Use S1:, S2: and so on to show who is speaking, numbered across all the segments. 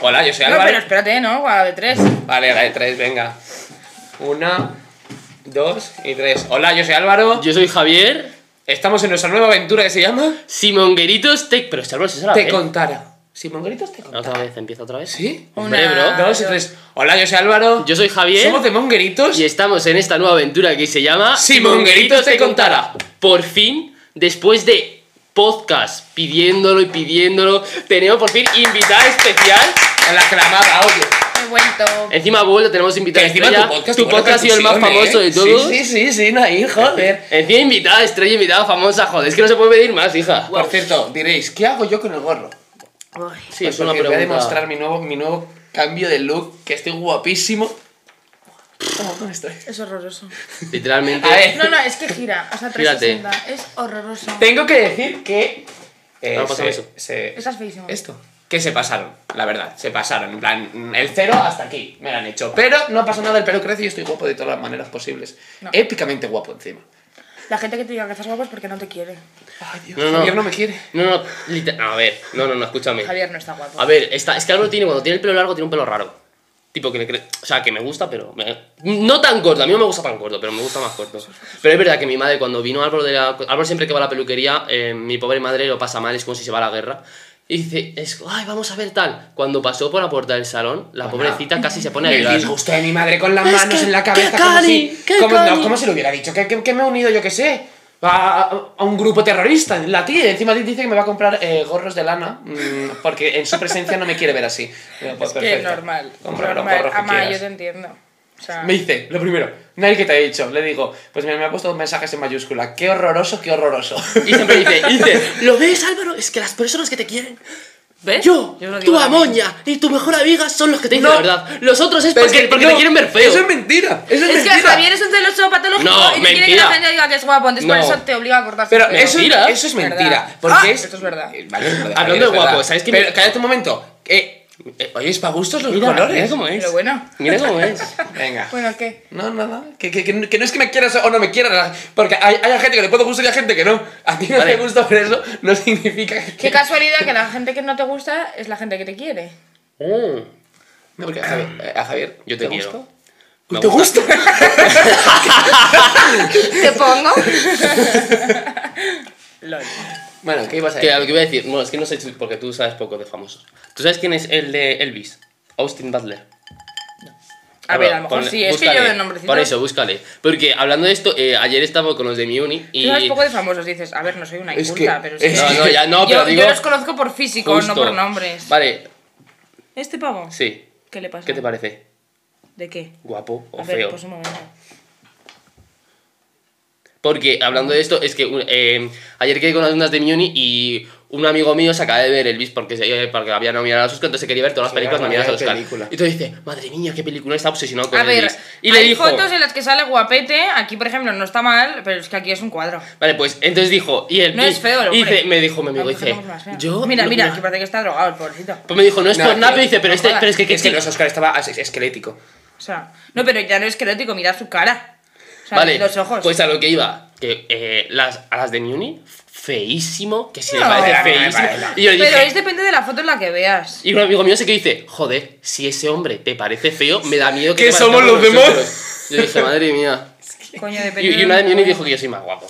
S1: Hola, yo soy
S2: No,
S1: Álvaro.
S2: pero espérate, ¿no? A la de tres.
S1: Vale, la de tres, venga. Una, dos y tres. Hola, yo soy Álvaro.
S3: Yo soy Javier,
S1: Estamos en nuestra nueva aventura que se llama
S3: Simongueritos Tech. Pero Star Wars es a la
S1: Te
S3: vez.
S1: contara. Simón Gritos te contara.
S3: Otra vez, empieza otra vez.
S1: ¿Sí?
S3: Hombre,
S2: Una-
S3: bro.
S1: Dos y tres. Hola, yo soy Álvaro.
S3: Yo soy Javier.
S1: Somos de Mongueritos.
S3: Y estamos en esta nueva aventura que se llama
S1: Si Mongueritos te contara.
S3: Por fin, después de podcast pidiéndolo y pidiéndolo, tenemos por fin invitada especial.
S1: En la clamada, oye.
S2: He vuelto.
S3: Encima, vuelvo, tenemos
S1: Que
S3: invitada
S1: encima
S3: estrella.
S1: tu podcast,
S3: Tu
S1: tuvo
S3: podcast ha sido el más
S1: repercusión,
S3: famoso
S1: ¿eh?
S3: de todos.
S1: Sí, sí, sí, sí, no, ahí, joder.
S3: Encima, invitada estrella, invitada famosa, joder. Es que no se puede pedir más, hija.
S1: Por cierto, diréis, ¿qué hago yo con el gorro?
S3: Sí,
S1: Pues
S3: es una
S1: porque Voy a demostrar
S3: pregunta.
S1: mi nuevo, mi nuevo cambio de look, que estoy guapísimo. ¿Cómo, cómo estoy?
S2: Es horroroso.
S3: Literalmente.
S1: A ver.
S2: No, no, es que gira. Hasta
S3: Eh. Gírate. Eh.
S2: 360. Es horroroso.
S1: Tengo que decir que. eh,
S3: No, pásame
S1: se-
S3: eso.
S1: se-
S2: Estás feísimo.
S1: esto. Que se pasaron, la verdad. Se pasaron. En plan, mm, el cero hasta aquí me lo han hecho. Pero no pasa nada, el pelo crece y estoy guapo de todas las maneras posibles.
S2: No.
S1: Épicamente guapo encima.
S2: La gente que te diga que estás guapo es porque no te quiere.
S3: Eh.
S1: Ay, Dios,
S3: No, no.
S1: Javier no me quiere.
S3: No, no, liter- A ver, no, no, no, escúchame.
S2: Javier no está guapo.
S3: A ver, está, es que Álvaro tiene, cuando tiene el pelo largo, tiene un pelo raro. Tipo que me cre- O sea, que me gusta, pero. me- No tan corto, a mí no me gusta tan corto, pero me gusta más corto. Pero es verdad que mi madre, cuando vino Álvaro de la. Álvaro siempre que va a la peluquería, eh, mi pobre madre lo pasa mal, es como si se va a la guerra. Y dice, es, ay, vamos a ver tal. Cuando pasó por la puerta del salón, la
S1: Bueno.
S3: pobrecita casi se pone a
S1: Pues El
S3: llorar.
S1: disgusto de mi madre con las
S3: Es
S1: manos
S3: que-
S1: en la
S3: qué
S1: cabeza. como
S3: cari,
S1: si-
S3: qué
S1: como, no,
S3: cari.
S1: como se lo hubiera dicho? Que, que- que me he unido, yo qué sé. A, a- a un grupo terrorista en la tía. Encima dice que me va a comprar eh, gorros de lana. mm, porque en su presencia no me quiere ver así. Digo, pues,
S2: Es que
S1: perfecto.
S2: normal.
S1: Cómprame los
S2: normal.
S1: gorros que
S2: Ama, yo
S1: quieras.
S2: te entiendo. O sea,
S1: Me dice, lo primero, nadie que te ha dicho. Le digo, pues mira, me ha puesto dos mensajes en mayúscula. Qué horroroso, qué horroroso.
S3: Y siempre dice, y dice, ¿lo ves, Álvaro? Es que las personas que te quieren.
S2: ¿Ves?
S3: Yo,
S2: Yo no digo
S3: tu
S2: nada.
S3: amoña y tu mejor amiga son los que te dicen
S1: No.
S3: la verdad. Los otros es porque, porque te
S1: no,
S3: quieren ver feo.
S1: Eso es mentira. Eso es,
S2: Es que
S1: mentira.
S2: Javier es un celoso patológico
S3: No,
S2: y te quiere que la
S3: mentira.
S2: gente diga que es guapo, entonces por
S3: No.
S2: eso te obliga a cortarse
S1: Pero
S2: el pelo.
S1: eso,
S3: Mentira.
S1: eso es mentira.
S2: Verdad.
S1: Porque
S2: Ah,
S1: es.
S2: esto es verdad.
S1: Eh, vale, lo de Javier
S3: Hablando
S1: es
S3: de
S1: verdad.
S3: guapo, ¿sabes qué?
S1: Pero cállate un momento. Eh, eh, oye, es para gustos los colores.
S3: mira ¿eh? cómo es.
S2: Pero bueno.
S3: Mira cómo es.
S1: Venga.
S2: Bueno, ¿qué?
S1: No, nada. Que, que, que, no- que no es que me quieras o no me quieras. Porque hay, hay gente que le puedo gustar y hay gente que no. A ti no
S3: Vale.
S1: te gusta, pero eso no significa que.
S2: Qué casualidad que la gente que no te gusta es la gente que te quiere.
S3: Mm.
S1: No, porque a Javier, eh, a Javier
S3: Yo te quiero.
S1: gusto?
S3: Me
S1: ¿Te gusta?
S2: ¿Te pongo? Lol.
S1: bueno, ¿qué ibas a
S3: Que
S1: decir?
S3: a lo que voy a decir, bueno, es que no sé si- porque tú sabes poco de famosos. ¿Tú sabes quién es el de Elvis? Austin Butler.
S2: A ver, a lo mejor
S3: ponle-
S2: sí, es que yo
S3: búscale.
S2: de nombrecito.
S3: Por eso, búscale. Porque hablando de esto, eh, ayer estaba con los de mi uni y.
S2: Tú sabes poco de famosos, dices, a ver, no soy una
S1: Es
S2: inculta,
S1: que-
S2: pero
S1: es
S2: es
S3: No,
S2: que...
S3: no, ya no,
S2: yo,
S3: pero
S2: yo
S3: digo.
S2: los conozco por físico,
S3: justo.
S2: no por nombres.
S3: Vale,
S2: ¿Este pavo?
S3: sí.
S2: ¿Qué le pasa?
S3: ¿Qué te parece?
S2: ¿De qué?
S3: ¿Guapo o
S2: a ver,
S3: feo?
S2: pues un momento.
S3: Porque hablando de esto, es que un- eh, ayer quedé con unas de mi uni y un amigo mío se acaba de ver Elvis porque, se, eh, porque había nominado a los Oscar, entonces se quería ver todas las
S1: Sí,
S3: películas
S1: la
S3: nominadas a
S1: primera
S3: Oscar.
S1: película.
S3: Y entonces dice, madre mía, qué película, está obsesionado con
S2: a ver,
S3: Elvis. Y
S2: hay
S3: le dijo,
S2: fotos en las que sale guapete, aquí por ejemplo no está mal, pero es que aquí es un cuadro.
S3: vale, pues entonces dijo, y el
S2: No es feo el hombre. pues
S3: dice, me dijo mi amigo,
S2: Vamos,
S3: dice,
S2: hacemos más, venga.
S3: yo...
S2: Mira,
S3: no-
S2: mira,
S3: no".
S2: aquí parece que está drogado el pobrecito.
S3: Pues me dijo, no es
S1: No,
S3: por nada,
S1: tío,
S3: pero dice, pero,
S2: no
S3: este,
S2: jodas.
S3: pero es que...
S1: Es que
S3: sí".
S1: los Oscar estaba as- esquelético.
S2: O sea, no, pero ya no es esquelético, mira su cara. O sea,
S3: vale,
S2: los ojos.
S3: pues a lo que iba, que eh, las, a las de mi uni, feísimo, que sí
S2: No.
S3: me parece
S1: Vale, vale,
S3: feísimo.
S1: vale, vale.
S3: Y yo le
S2: pero
S3: dije,
S2: es depende de la foto en la que veas.
S3: Y un amigo mío sí que dice, joder, si ese hombre te parece feo, me da miedo que...
S1: ¿Qué
S3: te parezca
S1: somos
S3: como
S1: los demás?
S3: nosotros". Yo dije, madre mía.
S2: Coño,
S3: Y,
S2: depende.
S3: y una de mi
S2: dónde
S3: uni
S2: veas.
S3: dijo que yo soy más guapo.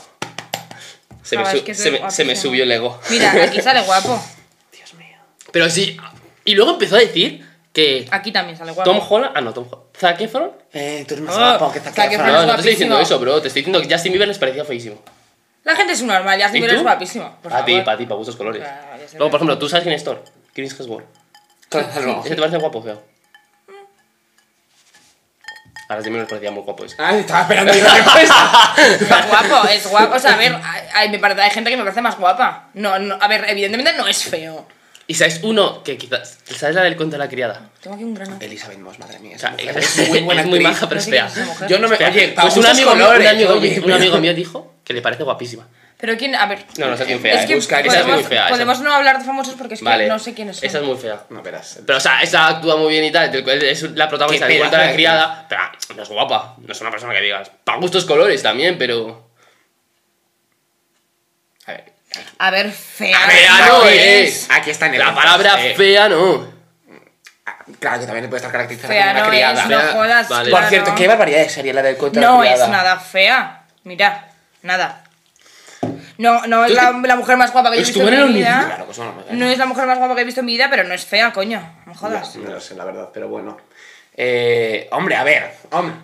S3: Se, me,
S2: Ah,
S3: su-
S2: es que
S3: se
S2: soy
S3: me- se me
S2: guapísimo.
S3: subió el ego.
S2: Mira, aquí sale guapo.
S1: Dios mío.
S3: Pero sí... Y luego empezó a decir que
S2: Aquí también sale guapo.
S3: Tom Holland... Ah, no, Tom Holland. ¿Zac Efron?
S1: Eh, tú eres más
S2: Oh,
S1: guapo que está
S2: Zac
S3: No,
S2: Efron.
S3: no
S2: es
S3: te estoy diciendo
S2: guapísimo.
S3: eso, bro. Te estoy diciendo que Justin Bieber les parecía feísimo.
S2: La gente es normal, ya
S3: ¿Y
S2: Bieber es
S3: tú?
S2: guapísimo. Por
S3: A ti,
S2: favor.
S3: para ti, para gustos colores.
S2: Ah, ya sé.
S3: Luego, por ejemplo, tú sabes quién es Thor. Chris Hemsworth.
S1: Claro.
S3: ¿Ese te parece guapo o feo? A las de mí me parecía muy guapo ese.
S1: Ah, estaba esperando yo la respuesta.
S2: Es guapo, es guapo. O sea, a ver, hay, hay- me parece- hay gente que me parece más guapa. No, no, a ver, evidentemente no es feo.
S3: Y sabes uno que quizás. ¿Sabes la del cuento de la criada?
S2: Tengo aquí un grano.
S1: Elizabeth Moss, madre mía.
S3: O
S1: Es,
S3: sea,
S1: muy,
S3: es,
S1: buena, es muy buena
S3: es muy
S1: actriz.
S3: maja, pero
S2: No
S3: es
S2: sé
S3: fea.
S2: quién es esa mujer.
S1: Yo no me.
S3: Espera,
S1: Oye, pa'
S3: pues un
S1: gustos
S3: amigo,
S1: colores,
S3: mío, un, amigo,
S1: oye,
S3: mío- un amigo mío dijo que le parece guapísima.
S2: Pero quién, a ver.
S3: No, no sé quién fea.
S2: es
S3: eh.
S2: que
S1: busca, esa es
S2: podemos,
S3: muy fea, esa.
S2: podemos no hablar de famosos porque es que
S3: Vale.
S2: no sé quiénes son.
S3: Esa es muy fea.
S1: No verás.
S3: Pero, o sea, esa actúa muy bien y tal. Es la protagonista
S1: Qué
S3: del cuento de la
S1: pedazo de
S3: criada. Pero ah, no es guapa. No es una persona que digas. Para gustos colores también, pero.
S1: A ver.
S2: A ver, fea.
S3: Ah, Fea no
S2: no
S3: es.
S1: Aquí está en el.
S3: La palabra
S1: Eh,
S3: fea no.
S1: Claro que también le puede estar caracterizada
S2: Fea
S1: como una
S2: no
S1: criada.
S2: es,
S3: Fea,
S2: no jodas.
S3: vale.
S1: Por
S2: claro.
S1: cierto, qué barbaridad sería la del cuento de la
S2: No es
S1: criada.
S2: nada fea. Mira, nada. No, no es la, la mujer más guapa que yo he visto
S3: Estuvo
S2: en
S3: en
S2: mi
S3: el
S2: vida.
S1: Claro, pues bueno,
S2: No es la mujer más guapa que he visto en mi vida, pero no es fea, coño. No jodas.
S1: ya, No lo sé, la verdad, pero bueno. Eh, hombre, a ver, hombre.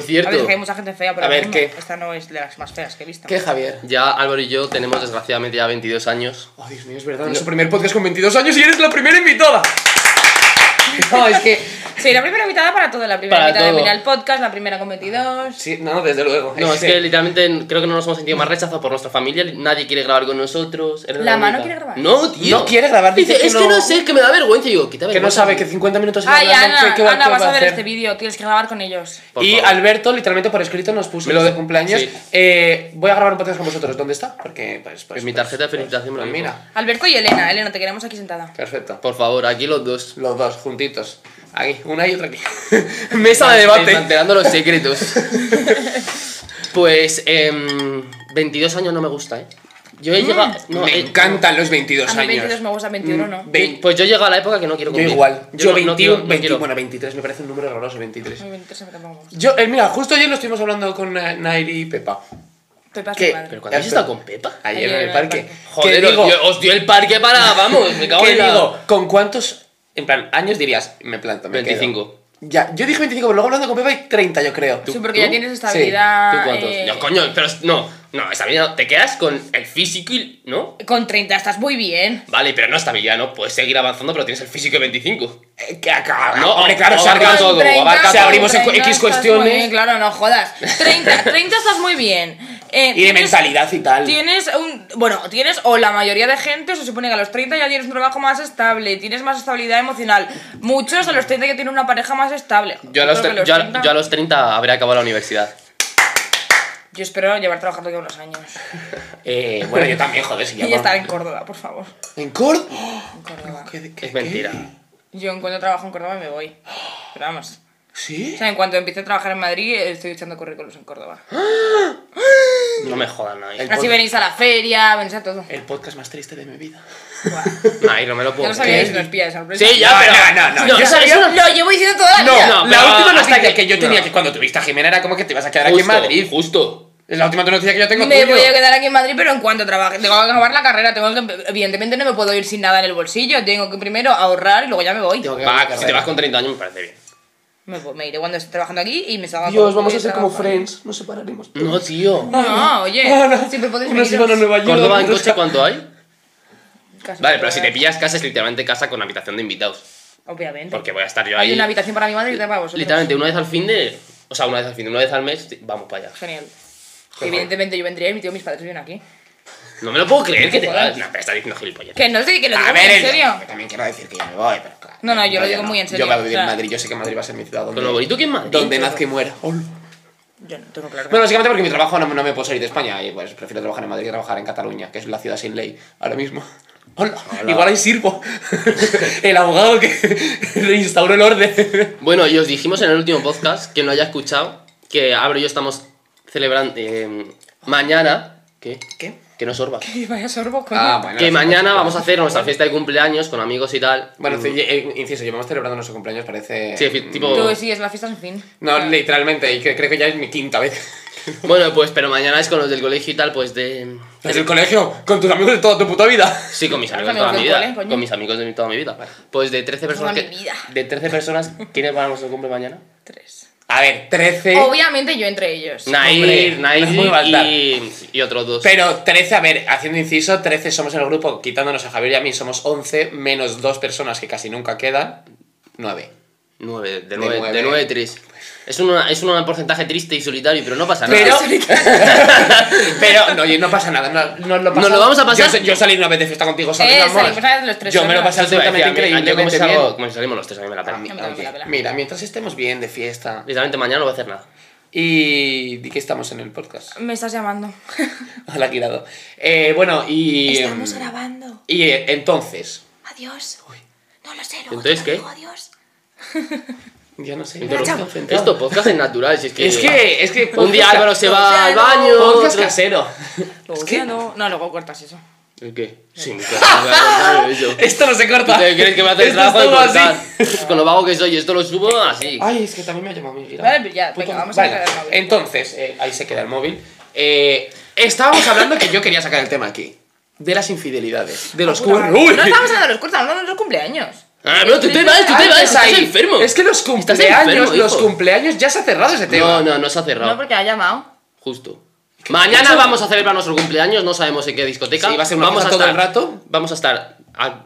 S2: A ver, es
S3: cierto,
S2: que hay mucha gente fea, pero
S1: A ver, ¿qué?
S2: esta no es de las más feas que he visto.
S1: ¿Qué, Javier?
S3: ya Álvaro y yo tenemos desgraciadamente ya 22 años.
S1: Oh, Dios mío, es verdad. Es su primer podcast con 22 años y eres la primera invitada. No, es que.
S2: Sí, la primera invitada para todo. La primera
S3: Para
S2: invitada
S3: todo.
S2: de Mira el Podcast, la primera con 22.
S1: Sí, no, desde luego.
S3: No, es que literalmente creo que no nos hemos sentido más rechazados por nuestra familia. Nadie quiere grabar con nosotros. eres
S2: La mano
S3: única.
S2: quiere grabar.
S3: No, tío.
S1: No quiere grabar,
S3: Dice,
S1: dice que
S3: es que no...
S1: no
S3: sé, es que me da vergüenza. Y digo,
S1: Que
S3: quita
S1: no
S3: vergüenza.
S1: sabe que 50 minutos
S2: Ay,
S1: hablando,
S2: Ana,
S1: ¿qué- qué va-
S2: Ana,
S1: qué
S2: vas
S1: va
S2: a ver
S1: hacer?
S2: este vídeo, tienes que grabar con ellos.
S3: Por
S1: Y
S3: favor.
S1: Alberto, literalmente por escrito, nos puso
S3: Me lo-
S1: de cumpleaños.
S3: sí.
S1: eh, voy a grabar un podcast con vosotros. ¿Dónde está? Porque, pues. pues
S3: En mi
S1: pues,
S3: tarjeta de felicitación me lo
S1: pues,
S3: dijo.
S1: Mira,
S2: Alberto y Elena, Elena, te queremos aquí sentada.
S1: perfecto.
S3: Por favor, aquí los dos.
S1: Los dos juntitos. Aquí, una y otra aquí. Mesa de debate.
S3: Mantelando los secretos. pues em, 22 años no me gusta, ¿eh? Yo he llegado... no,
S1: Mm, Me
S3: eh,
S1: encantan los 22
S2: A mí
S1: años.
S2: 22 me gusta, 21 Ah, no.
S1: Mm,
S3: ve-
S1: vein-
S3: Pues yo he llegado a la época que no quiero
S1: Yo
S3: cumplir.
S1: igual. Yo,
S3: no- no
S1: 21,
S3: quiero- no
S1: 20,
S3: quiero.
S1: bueno, 23, me parece un número horroroso, 23.
S2: Muy bien, entonces me tampoco me gusta.
S1: Yo, eh, mira, justo ayer lo estuvimos hablando con Na- Nairi y Pepa.
S2: Pepa es
S1: ¿Qué?
S2: mi madre.
S3: ¿Pero cuando has estado con Pepa?
S1: Ayer, en el parque.
S3: Joder,
S1: ¿Qué digo?
S3: os dio- os dio el parque para... Vamos, me cago
S1: ¿Qué
S3: en la-
S1: digo? ¿Con cuántos, en plan, años dirías? Me planto, me quedo"?
S3: 25.
S1: Ya, yo dije 25, pero luego hablando con Pepa hay 30, yo creo.
S2: Sí,
S3: ¿Tú-
S2: porque
S3: tú?
S2: ya tienes
S1: Sí.
S2: estabilidad.
S3: ¿Tú cuántos?
S2: eh,
S3: No, coño, pero es- no, no, estabilidad no. Te quedas con el físico y. ¿No?
S2: Con 30 estás muy bien.
S3: Vale, pero no estabilidad, ¿no? Puedes seguir avanzando, pero tienes el físico de 25.
S1: Eh, que acá-
S3: No,
S1: hombre, claro,
S3: no,
S1: se
S3: no,
S1: abarca
S3: no,
S1: todo.
S3: no, no,
S1: abarca-
S3: no,
S1: si
S3: no,
S1: abrimos en cu-
S2: 30
S1: X
S2: estás muy bien,
S1: cuestiones
S2: claro, no jodas. 30, 30 estás muy bien. Eh,
S1: y de mentalidad y tal.
S2: Tienes un. Bueno, tienes. O la mayoría de gente se supone que a los 30 ya tienes un trabajo más estable, tienes más estabilidad emocional. Muchos a los 30 ya tienen una pareja más estable.
S3: Yo a los,
S2: creo que
S3: tre- yo, a-
S2: 30
S3: yo a los 30 habré acabado la universidad.
S2: yo espero llevar trabajando ya unos años.
S1: Eh, bueno, yo también, joder, si ya
S2: Y
S1: vamos.
S2: estar en Córdoba, por favor.
S1: ¿En Córdoba?
S2: En Córdoba.
S1: ¿Qué- qué-
S3: Es mentira.
S2: Yo encuentro trabajo en Córdoba y me voy. Pero vamos.
S1: qué?
S2: O
S1: ¿Sí?
S2: sea, en cuanto empiece a trabajar en Madrid, eh, estoy echando currículos en Córdoba.
S3: Pues No me jodan, Nay.
S1: El-
S2: Así
S1: pod-
S2: venís a la feria, venís a todo.
S1: El podcast más triste de mi vida.
S2: Buah.
S3: Nay, no me lo
S2: Ya
S3: puedo
S2: lo sabíais,
S3: creer.
S2: nos pilla de sorpresa.
S3: Sí, ya,
S1: No,
S3: pero.
S1: no, no, no, yo
S3: eso-
S1: sabía-
S3: eso-
S2: Lo llevo diciendo toda la vida.
S3: No,
S1: la
S3: pero-
S1: última noticia
S3: hasta
S1: que,
S3: que-
S1: yo tenía
S3: no.
S1: que cuando tuviste a Jimena era como que te vas a quedar
S3: Justo,
S1: aquí en Madrid.
S3: Justo.
S1: Es la última noticia que yo tengo
S2: me
S1: tuyo.
S2: voy a quedar aquí en Madrid, pero en cuanto trabaje, tengo que acabar la carrera, tengo que, evidentemente no me puedo ir sin nada en el bolsillo, tengo que primero ahorrar y luego ya me voy.
S1: Tengo que acabar la
S3: Va, si te
S1: carrera.
S3: vas con 30 años me parece bien.
S2: Me, vo- me iré cuando esté trabajando aquí y me salga
S1: Dios,
S2: con-
S1: vamos a
S2: de
S1: ser como
S2: trabajo.
S1: Friends, nos separaremos.
S3: No, tío.
S2: No, oye,
S1: Ahora,
S2: siempre podéis
S1: una
S2: venir.
S1: semana en Nueva York.
S3: ¿Córdoba en
S1: otra-
S3: coche cuánto hay?
S2: Casi
S3: Vale, pero si te
S2: todas.
S3: pillas casa es literalmente casa con habitación de invitados.
S2: Obviamente.
S3: Porque voy a estar yo
S2: Hay
S3: ahí.
S2: una habitación para mi madre y otra para vosotros.
S3: Literalmente, una vez al fin de. O sea, una vez al fin de, una vez al mes, vamos para allá.
S2: Genial. Evidentemente yo vendría y mi tío y mis padres viven aquí.
S3: No me lo puedo creer que te vas. No, pero estás diciendo gilipollas.
S2: Que no sé, que lo digo
S1: A ver,
S2: muy en
S1: el-
S2: serio.
S1: también quiero decir que yo me voy, pero claro.
S2: No, no, yo lo
S1: ya
S2: digo muy en serio,
S1: Yo voy a vivir
S2: o sea.
S1: en Madrid, yo sé que Madrid va a ser mi ciudad donde,
S3: Con lo bonito que es Madrid.
S1: donde nazca y muera. Ol.
S2: Yo no tengo claro.
S1: Bueno, básicamente porque mi trabajo no, no me puedo salir de España y pues prefiero trabajar en Madrid que trabajar en Cataluña, que es la ciudad sin ley ahora mismo. Hola.
S3: Hola.
S1: Igual ahí sirvo. el abogado que reinstauró el orden.
S3: Bueno, y os dijimos en el último podcast, que no haya escuchado, que Álvaro y yo estamos celebrando eh, mañana. ¿Qué?
S1: ¿Qué?
S3: Que no sorbas.
S2: Y vaya sorbo, coño.
S1: Ah, bueno.
S3: Que mañana vamos a hacer nuestra fiesta de cumpleaños con amigos y tal.
S1: Bueno, sí, eh, inciso, llevamos celebrando nuestro cumpleaños, parece. mm,
S3: Sí, fi- tipo-
S2: Tú sí, es la fiesta sin fin.
S1: No, literalmente, y que- creo que ya es mi quinta vez.
S3: Bueno, pues, pero mañana es con los del colegio y tal, pues de.
S1: Desde el colegio, con tus amigos de toda tu puta vida.
S3: Sí, con mis
S2: Con los
S3: amigos de toda
S2: amigos
S3: mi
S2: del
S3: vida.
S2: cole, coño.
S3: Con mis amigos de toda mi vida. Pues de 13 personas.
S2: mi
S3: que-
S2: vida.
S3: De 13 personas, ¿quiénes van a nuestro cumple mañana?
S2: Tres.
S1: A ver, 13.
S2: Obviamente yo entre ellos.
S1: Hombre,
S3: Nair,
S1: no es muy
S3: Nair
S1: maldad.
S3: y, y otros dos.
S1: Pero 13, a ver, haciendo inciso, 13 somos en el grupo, quitándonos a Javier y a mí, somos 11, menos dos personas que casi nunca quedan, 9.
S3: 9, de
S1: nueve.
S3: 9, de 9 3. Es, una, es un porcentaje triste y solitario, pero no pasa nada.
S1: Pero, pero no, oye, no pasa nada, no, no lo
S3: Nos lo vamos a pasar.
S1: Yo, sa- yo salí una vez de fiesta contigo, ¿sabes?
S2: Eh,
S1: mi amor?
S2: salimos una vez los tres
S1: Yo me lo
S2: solos.
S1: pasé
S3: Eso te iba a
S1: absolutamente
S3: decir, a mí- a mí
S1: increíble.
S3: como si salgo- como si salimos los tres, a mí me la pela.
S2: A mí también, a mí.
S1: Mira, mientras estemos bien de fiesta
S3: Literalmente mañana no voy a hacer nada.
S1: y di que estamos en el podcast.
S2: Me estás llamando.
S1: Hola, Quirado. Eh, bueno, y...
S4: Estamos
S1: em,
S4: grabando.
S1: Y eh, entonces...
S4: Adiós. No lo sé, luego
S3: Entonces,
S4: te
S3: ¿qué?
S4: lo digo, adiós.
S1: Ya no sé.
S3: Pero
S1: estoy
S3: esto-
S1: concentrado.
S3: Esto podcast es natural, si es que...
S1: Es que... Es que
S3: Un día Eh, Álvaro se va al baño...
S1: Podcast
S3: otro-
S1: casero.
S2: Luego,
S1: Es que-
S2: ya no, no, luego cortas eso.
S3: ¿El qué? Sí, mi cara. yo.
S1: Esto no se
S3: ¿Tú
S1: corta.
S3: te crees que me hace el
S1: Esto
S3: trabajo
S1: es
S3: de
S1: todo así.
S3: cortar? Con lo vago que soy, esto lo subo así.
S1: Ay, es que también me ha llamado mi vida.
S2: Vale, pues ya, venga, vamos a sacar el móvil.
S1: Entonces, eh, ahí se queda el móvil. Eh, estábamos hablando que yo quería sacar el tema aquí. De las infidelidades. De los
S2: Puta
S1: cur...
S2: madre.
S1: ¡Uy!
S2: No estamos hablando de los cortos, estamos hablando de los cumpleaños.
S3: Ah, no, tu tema es, tu
S1: Ay,
S3: tema es,
S1: estás
S3: estás enfermo.
S1: Es que los
S3: Estás
S1: cumpleaños,
S3: enfermo,
S1: los
S3: hijo.
S1: cumpleaños ya se ha cerrado ese tema.
S3: No, no, no se ha cerrado.
S2: No, porque ha llamado.
S3: Justo. Mañana vamos a celebrar nuestro cumpleaños, no sabemos en qué discoteca.
S1: Sí, va a ser una
S3: vamos
S1: fiesta todo el rato.
S3: Vamos a estar a-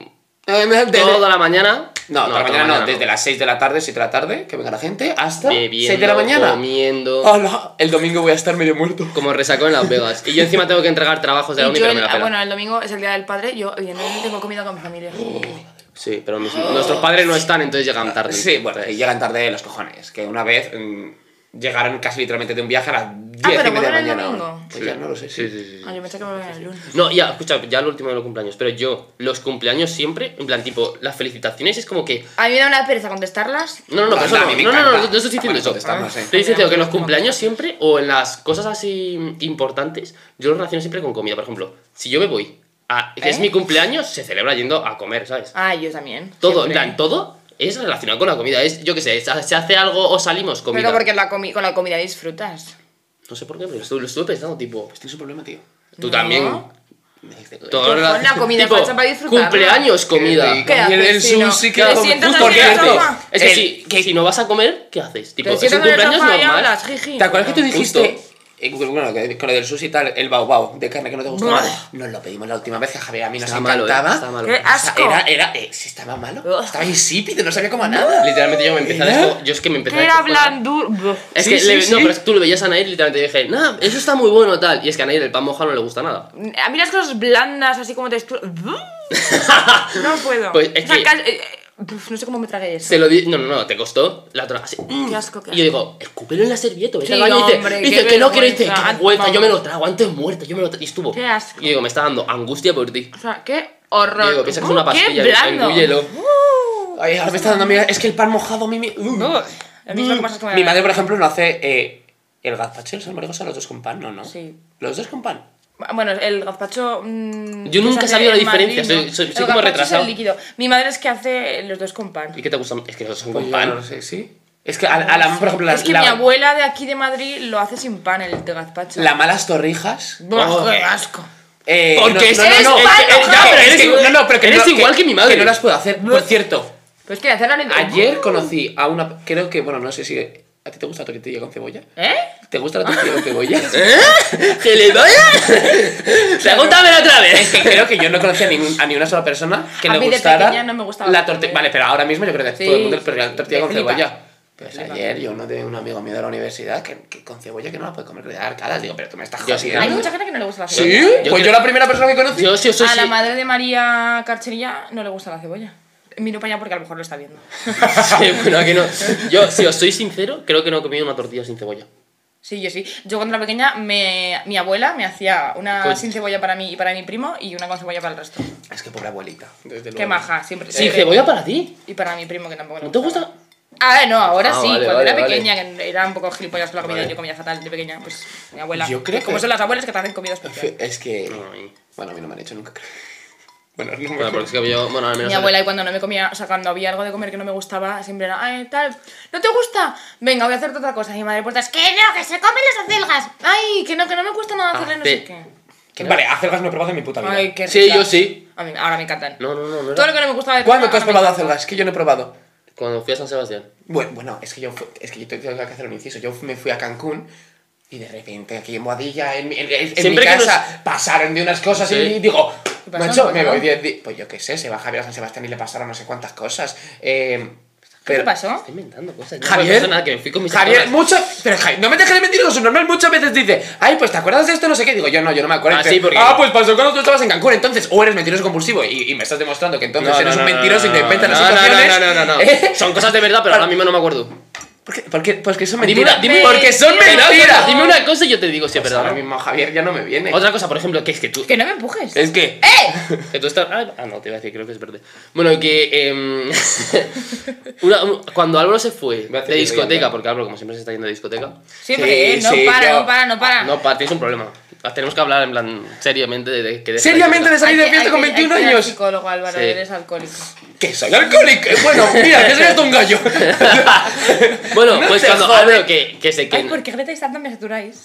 S1: Eh, de- de-
S3: toda la mañana.
S1: No, toda la mañana no, desde
S3: la
S1: las 6 de la tarde, 7 de la tarde, que venga la gente, hasta 6
S3: Bebiendo,
S1: de la mañana. Ah.
S3: comiendo,
S1: Hola, el domingo voy a estar medio muerto.
S3: como resacó en Las Vegas. Y yo encima tengo que entregar trabajos de la
S2: Y
S3: uni,
S2: yo,
S3: pero
S2: el-
S3: me la
S2: ah,
S3: pela.
S2: bueno, el domingo es el día del padre, yo evidentemente tengo comida con mi familia.
S3: Oh, Sí, pero mis- nuestros padres no están, entonces llegan tarde.
S1: Sí, bueno, y llegan tarde los cojones, que una vez mm, llegaron casi literalmente de un viaje a las 10 y
S2: Ah, pero
S1: media de la
S2: vuelven el
S1: mañana.
S2: domingo.
S1: Pues ya no lo sé.
S3: Sí, sí, sí, sí.
S2: Ah, yo pensé que me volvían el lunes.
S3: No, ya, escucha, ya lo último de los cumpleaños, pero yo, los cumpleaños siempre, en plan, tipo, las felicitaciones es como que.
S2: A mí me da una pereza contestarlas.
S3: No, no,
S1: Ah,
S3: no, pero eso
S1: no, a
S3: no,
S1: mí me
S3: no, no, no,
S1: encanta.
S3: no, no estoy diciendo
S1: Bueno,
S3: eso.
S1: entonces estamos, eh.
S3: Estoy diciendo que en los cumpleaños siempre, o en las cosas así importantes, yo lo relaciono siempre con comida. Por ejemplo, si yo me voy a. que es
S2: ¿Eh?
S3: mi cumpleaños, se celebra yendo a comer, ¿sabes?
S2: Ah, yo también.
S3: Todo,
S2: siempre.
S3: en plan, todo es relacionado con la comida. Es, yo qué sé, se se hace algo o salimos comida.
S2: Pero porque la comi- con la comida disfrutas.
S3: No sé por qué, pero estu- lo estuve pensando, tipo,
S1: Este es un problema, tío.
S3: tú
S2: No.
S3: también.
S2: Tú pon
S3: relac-
S2: la comida
S3: tipo,
S2: falsa para disfrutarla.
S3: Cumpleaños, comida.
S1: Y
S2: ¿Qué
S1: el,
S2: haces,
S1: el
S2: si no?
S1: sushi
S2: ¿Te
S1: que
S2: sientas
S1: Justo,
S2: así
S1: ¿qué
S2: en el
S1: haces?
S2: sofá?
S3: Es que
S1: El-
S3: si, que si no vas a comer, ¿qué haces? Tipo,
S2: Te
S3: es un
S2: sientas en el
S3: cumpleaños
S2: sofá y
S3: normal.
S2: hablas, jiji.
S1: ¿Te acuerdas que tú
S3: Justo.
S1: dijiste? eh, Bueno, que con lo del sushi y tal, el bao bao de carne que no te gustaba.
S2: Buah.
S1: Nos lo pedimos la última vez que a Javier a mí nos
S3: Está malo, eh,
S1: encantaba.
S3: está malo.
S2: ¡Qué
S1: O sea,
S2: asco!
S1: Era, era, eh, sí, estaba malo.
S2: Ugh.
S1: Estaba insípido, no sabía como a nada.
S3: Literalmente yo me empecé a
S1: ¿Era?
S3: desco- Yo es que me empecé a
S2: Que era
S3: descojonar.
S2: blandur.
S3: Es
S1: Sí,
S3: que
S1: sí,
S3: le- no,
S1: sí.
S3: pero es que tú lo veías a Nair y literalmente dije, nah, eso está muy bueno tal. Y es que a Nair el pan mojado no le gusta nada.
S2: A mí las cosas blandas, así como textura. No puedo.
S3: Pues es
S2: O sea,
S3: que-
S2: cas- eh, eh, uf, no sé cómo me tragué eso.
S3: Se lo di. No, no, no, te costó. La otra así. mm.
S2: Qué asco, qué
S3: Y yo digo, escúpelo en la servilleta. vete
S2: Sí,
S3: al baño", y dice,
S2: hombre,
S3: dice
S2: qué
S3: que no, que no, dice,
S2: vergüenza.
S3: qué vergüenza, yo me lo trago, antes muerto, yo me lo trago. Y estuvo.
S2: Qué asco.
S3: Y digo, me está dando angustia por ti.
S2: O sea, qué horror.
S3: Y digo, piensa que es una
S2: Uh,
S3: pastilla,
S2: Qué
S3: digo,
S2: blando.
S3: engúyelo.
S1: Ay, ahora me está dando miedo. Es que el pan mojado a mí me. uh.
S2: No, a mí es lo que más asco me da.
S1: Mi madre, por ejemplo, no hace eh, el gazpacho y el salmorejo son los dos con pan, ¿no? no?
S2: Sí.
S1: Los dos con pan.
S2: Bueno, el gazpacho. mm, que
S3: Yo nunca
S2: se hace
S3: he sabido la
S2: en Madrid,
S3: diferencia,
S2: ¿no?
S3: soy- soy- soy
S2: El
S3: como
S2: gazpacho Es
S3: retrasado.
S2: el líquido. Mi madre es que hace los dos con pan.
S3: ¿Y qué te gusta? Es que no son
S1: Pues yo
S3: con pan.
S1: no lo sé, sí. Es que a, a la, por ejemplo, las,
S2: es que
S1: la-
S2: mi abuela de aquí de Madrid lo hace sin pan, el de gazpacho.
S1: las malas torrijas.
S2: Buah,
S1: Oh.
S2: qué asco.
S1: Eh,
S3: Porque
S1: no,
S3: eres
S1: no, no,
S3: pan,
S1: es que-
S3: ojalá.
S1: ya, pero
S3: Es
S1: eres,
S3: que-
S1: igual- no, no, pero que
S3: eres
S1: no-
S3: igual que mi madre.
S1: Que no las puedo hacer. Por cierto,
S2: Pues que hacerlo en el.
S1: ayer conocí a una. Creo que, bueno, no sé si. ¿A ti te gusta la tortilla con cebolla?
S2: ¿Eh?
S1: ¿Te gusta la tortilla con cebolla?
S3: ¿Que le doy? Pregúntamelo otra
S1: Es
S3: vez.
S1: que creo que yo no conocía a, ningún- a ni una sola persona que
S2: A
S1: le
S2: mí de
S1: gustara
S2: pequeña no me gustaba
S1: la
S2: la
S1: tortilla.
S2: tortilla.
S1: Vale, pero ahora mismo yo creo que
S2: Sí,
S1: todo el mundo prefiere la tortilla
S2: me
S1: con
S2: flipa.
S1: cebolla. Pues
S2: flipa.
S1: ayer yo no tenía un amigo mío de la universidad que, que con cebolla que no la puede comer, que le da arcadas. Digo, pero tú me estás
S3: Yo sí,
S1: jodiendo.
S2: Hay mucha gente que no le gusta la
S1: Sí,
S2: cebolla.
S1: pues
S3: Yo
S1: yo,
S3: creo-
S1: la primera persona que conocí.
S3: Yo, si os soy.
S2: a la
S3: si-
S2: madre de María Carcherilla no le gusta la cebolla. Miro para allá porque a lo mejor lo está viendo.
S3: Sí, bueno, aquí no. Yo, si os soy sincero, creo que no he comido una tortilla sin cebolla.
S2: Sí, yo sí. Yo cuando era pequeña, me, mi abuela me hacía una
S3: Pues-
S2: sin cebolla para mí y para mi primo y una con cebolla para el resto.
S1: Es que pobre abuelita. Desde
S2: Qué
S1: luego.
S2: maja, siempre.
S3: ¿Sin
S2: siempre.
S3: cebolla para ti?
S2: Y para mi primo que tampoco le
S3: ¿No te gusta?
S2: Ah, no, ahora
S3: Ah,
S2: sí.
S3: vale,
S2: cuando
S3: vale,
S2: era
S3: vale.
S2: pequeña, que era un poco gilipollas con la comida
S3: Vale.
S2: y yo comía fatal de pequeña, pues mi abuela.
S1: Yo creo
S2: Como
S1: que-
S2: son las abuelas que te hacen comida especial.
S1: Es que.
S3: Ay.
S1: Bueno, a mí no me han hecho nunca, creo. Bueno, no me
S3: Bueno, porque es que yo, bueno, al menos.
S2: Mi abuela, y cuando no me comía, o sea, cuando había algo de comer que no me gustaba, siempre era, ay, tal, ¿no te gusta? Venga, voy a hacer otra cosa. Y mi madre, pues, es
S4: Que
S2: que,
S4: no, que se comen las acelgas.
S2: ay, que no, que no me gusta nada hacerle no
S3: te-
S2: sé qué.
S1: Que- Vale, acelgas no he probado en mi puta vida.
S2: Ay, qué
S3: Sí,
S2: ricas.
S3: yo sí.
S2: A mí, ahora me encantan.
S3: No, no, no, no.
S2: Todo
S3: Era...
S2: lo que no me gustaba de
S1: ¿Cuándo
S2: pequeña,
S1: tú has
S2: ahora me
S1: probado
S2: encanta.
S1: acelgas? Que yo no he probado.
S3: Cuando fui a San Sebastián.
S1: Bueno, bueno, es que yo fu- es que yo tengo que hacer un inciso. Yo me fui a Cancún y de repente aquí en Boadilla, en, mi- en- en- en
S3: Siempre
S1: mi
S3: que
S1: casa, pasaron de unas cosas
S3: Sí.
S1: y digo,
S2: ¿Qué pasó?
S1: macho,
S2: ¿Qué
S1: me
S2: pasó?
S1: voy diez di- Pues yo qué sé, se va Javier a San Sebastián y le pasaron no sé cuántas cosas. Eh,
S2: ¿Qué
S1: pero,
S2: pasó?
S3: Estoy inventando cosas. No me
S1: Javier,
S3: pasó nada, que me fui con mis
S1: Javier,
S3: hermanas.
S1: mucho, pero Javier, no me dejes de mentir, su normal muchas veces dice, ay, pues te acuerdas de esto, no sé qué, digo yo, no, yo no me acuerdo.
S3: Ah,
S1: Dice,
S3: sí, porque-
S1: "Ah, pues pasó cuando tú estabas en Cancún, entonces, o eres mentiroso compulsivo y, y me estás demostrando que entonces eres un mentiroso y te inventas
S3: no,
S1: las
S3: no,
S1: situaciones.
S3: No, no, no, no, no.
S1: ¿Eh?
S3: Son cosas de verdad, pero ahora mismo no me acuerdo.
S1: ¿Por qué? Pues Porque, porque son
S3: Dime
S1: mentiras.
S3: una- dime-
S1: porque son
S2: Mentiras.
S1: mentiras.
S3: Dime una cosa y yo te digo si
S1: Pero
S3: es
S1: Pues ahora
S3: verdad.
S1: mismo Javier ya no me viene.
S3: Pues Otra cosa, por ejemplo, que es que tú.
S2: Que no me empujes. ¡Eh!
S1: Es que.
S3: Que tú estás. Ah, ah, no, te iba a decir, creo que es verde. Bueno, que. em, una- un- cuando Álvaro se fue
S1: Voy a
S3: de
S1: hacer que
S3: discoteca,
S1: rían,
S3: porque Álvaro, como siempre, se está yendo de discoteca.
S2: Siempre,
S1: Sí,
S2: ¿eh? no,
S1: sí,
S2: para,
S1: yo-
S2: no para, no para,
S3: No, pa, tienes un problema. Las tenemos que hablar en plan seriamente de, de- que deje la
S1: Seriamente de
S3: etiqueta.
S1: salir de
S2: Hay que-
S1: fiesta
S2: hay
S1: con
S2: que- hay
S1: 21
S2: que ir al
S1: años.
S2: psicólogo, Álvaro,
S3: Sí.
S2: eres alcohólico.
S1: Que soy alcohólico. Bueno, mira, que soy hasta un gallo.
S3: Bueno,
S1: No
S3: pues
S1: te
S3: cuando
S1: jodes.
S3: Álvaro, que, que se
S2: Ay,
S3: que.
S2: ¿por qué gritáis tanto? Me saturáis.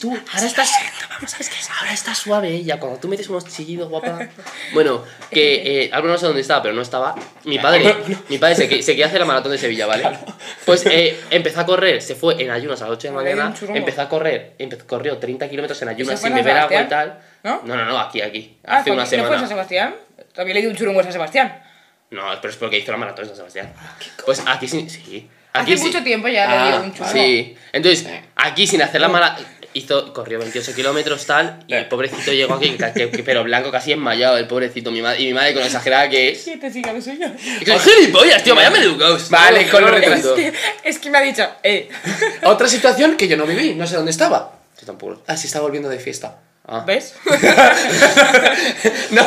S3: tú, ahora estás. Vamos a ver, ahora está suave ella. Cuando tú metes unos chillidos, guapa. Bueno, que eh, Álvaro no sé dónde estaba, pero no estaba. Mi padre, mi padre se, que- se quería hacer la maratón de Sevilla, ¿vale? Pues eh, empezó a correr, se fue en ayunas a las 8 de la
S2: Madre,
S3: mañana.
S2: un churrumbo.
S3: Empezó a correr, empe- corrió 30 kilómetros en ayunas
S2: fue
S3: sin
S2: a San
S3: beber agua y
S2: Sebastián?
S3: tal.
S2: ¿No?
S3: no, no, no, aquí, aquí.
S2: Ah,
S3: Hace una
S2: ¿no fue a San
S3: semana.
S2: Sebastián? También le di un churungo a San Sebastián.
S3: No, pero es porque hizo la maratón de San Sebastián. Pues aquí sin. Sí. Aquí
S2: Ah, Hace
S3: sí-
S2: mucho tiempo ya le dio un churro.
S3: Sí. Entonces, aquí sin hacer la mala. Hizo, corrió 28 kilómetros tal y el pobrecito llegó aquí, ca- que- que- pero blanco casi enmayado, el pobrecito. Mi madre, y mi madre con lo exagerada que es.
S2: Sí, te siga lo suyo.
S3: Y con- ¡Gilipollas, tío! ¡Vaya maleducados!
S1: Vale, con lo retraso.
S3: retrasos.
S2: Es que, es que me ha dicho, eh,
S1: Otra situación que yo no viví, no sé dónde estaba.
S3: Yo tampoco.
S1: Así está volviendo de fiesta.
S3: Ah.
S2: ¿ves?
S1: No.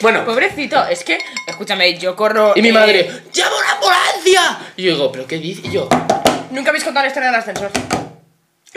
S1: Bueno,
S2: Pobrecito, es que, escúchame, yo corro.
S3: Y mi
S2: eh,
S3: madre, ¡llama una ambulancia! Y yo digo, ¿pero qué dice? Y yo,
S1: Eh,
S2: Nunca habéis contado la historia del ascensor.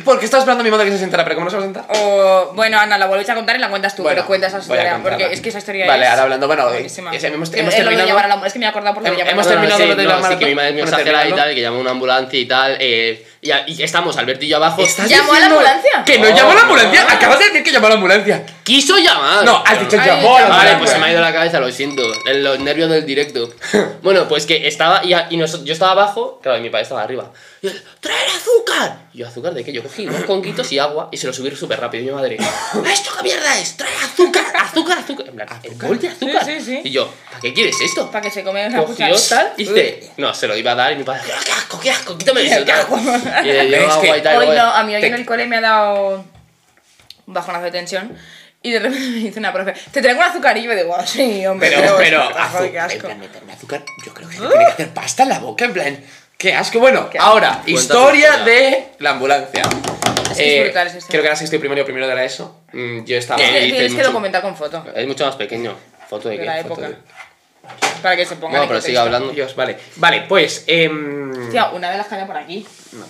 S1: porque estaba esperando a mi madre que se sentara, pero como no se va a sentar.
S2: O, bueno, Ana, la volvéis a contar y la cuentas tú,
S1: Bueno,
S2: pero cuentas esa
S1: voy a
S2: historia.
S1: contarla.
S2: Porque es que esa historia
S1: Vale,
S2: es.
S1: ahora hablando, bueno,
S2: buenísima.
S1: es- hemos-
S2: Eh,
S1: hemos
S2: es lo de
S1: terminado-
S2: llevar a la- Es que me he acordado por lo de
S1: Hem-
S2: llevar a
S1: hemos
S2: la-
S3: Perdón,
S1: terminado
S3: sí,
S1: lo de la
S3: no, sí,
S1: maratón.
S3: que mi madre me
S1: Hemos
S3: exagerada y
S1: terminado.
S3: tal, que llamó una ambulancia y tal. eh, y, a- y estamos, Alberto y yo abajo.
S1: ¿Estás
S2: ¿Llamó a la
S1: diciendo
S2: ambulancia?
S1: Que no
S3: Pues No,
S1: llamó a la ambulancia.
S3: no.
S1: Acabas de decir que llamó a la ambulancia.
S3: Quiso llamar.
S1: No, has dicho
S2: Ay,
S1: llamó a la
S2: llamó.
S3: Vale,
S1: ambulancia.
S3: pues se me ha ido la cabeza, lo siento. En los nervios del directo. Bueno, pues que estaba. Y, a- y noso- yo estaba abajo, claro, y mi padre estaba arriba. Y él, ¡Traer azúcar! Y yo, ¿azúcar de qué? Yo cogí unos conguitos y agua y se lo subí súper rápido. Y mi madre, ¿esto qué mierda es? ¡Traer azúcar! ¡Azúcar, azúcar! En plan, ¿el bol de azúcar?
S2: Sí, sí, sí.
S3: Y yo, ¿para qué quieres esto?
S2: Para que se come una
S3: Cogió tal y dice, no, se lo iba a dar y mi padre, ¡qué asco, qué asco! ¡Quítame eso!
S2: Qué
S3: tal".
S2: asco.
S3: Y le dio
S1: Es que
S3: agua y tal.
S2: Hoy
S3: luego-
S2: no, a mí hoy
S1: te-
S2: en el cole me ha dado un bajonazo de tensión. Y de repente me dice una profe, te traigo un azucarillo. Y yo digo, "Ah, sí, hombre.
S1: Pero, pero,
S2: azu- qué
S1: azúcar, en
S2: asco.
S1: plan, meterme azúcar, yo creo que se le tiene que hacer pasta en la boca, en plan, qué asco. Bueno,
S2: Qué asco.
S1: ahora,
S3: Cuenta
S1: historia
S3: tu
S1: de la ambulancia. Eh,
S2: Es que es brutal esa historia.
S1: Creo que era sexto y primero, primero de la ESO. Mm, Yo estaba...
S2: Es que
S3: dice
S2: Ah, tienes que
S3: mucho.
S2: documentar con foto.
S3: Es mucho más pequeño. ¿Foto de
S2: De
S3: qué?
S2: la
S3: Foto
S2: época.
S3: de-
S2: Para que se pongan
S3: No,
S2: en
S3: pero sigue
S2: contexto.
S3: hablando.
S1: Dios, vale. Vale, pues... em,
S2: Hostia, una de las cañas por aquí.
S3: No,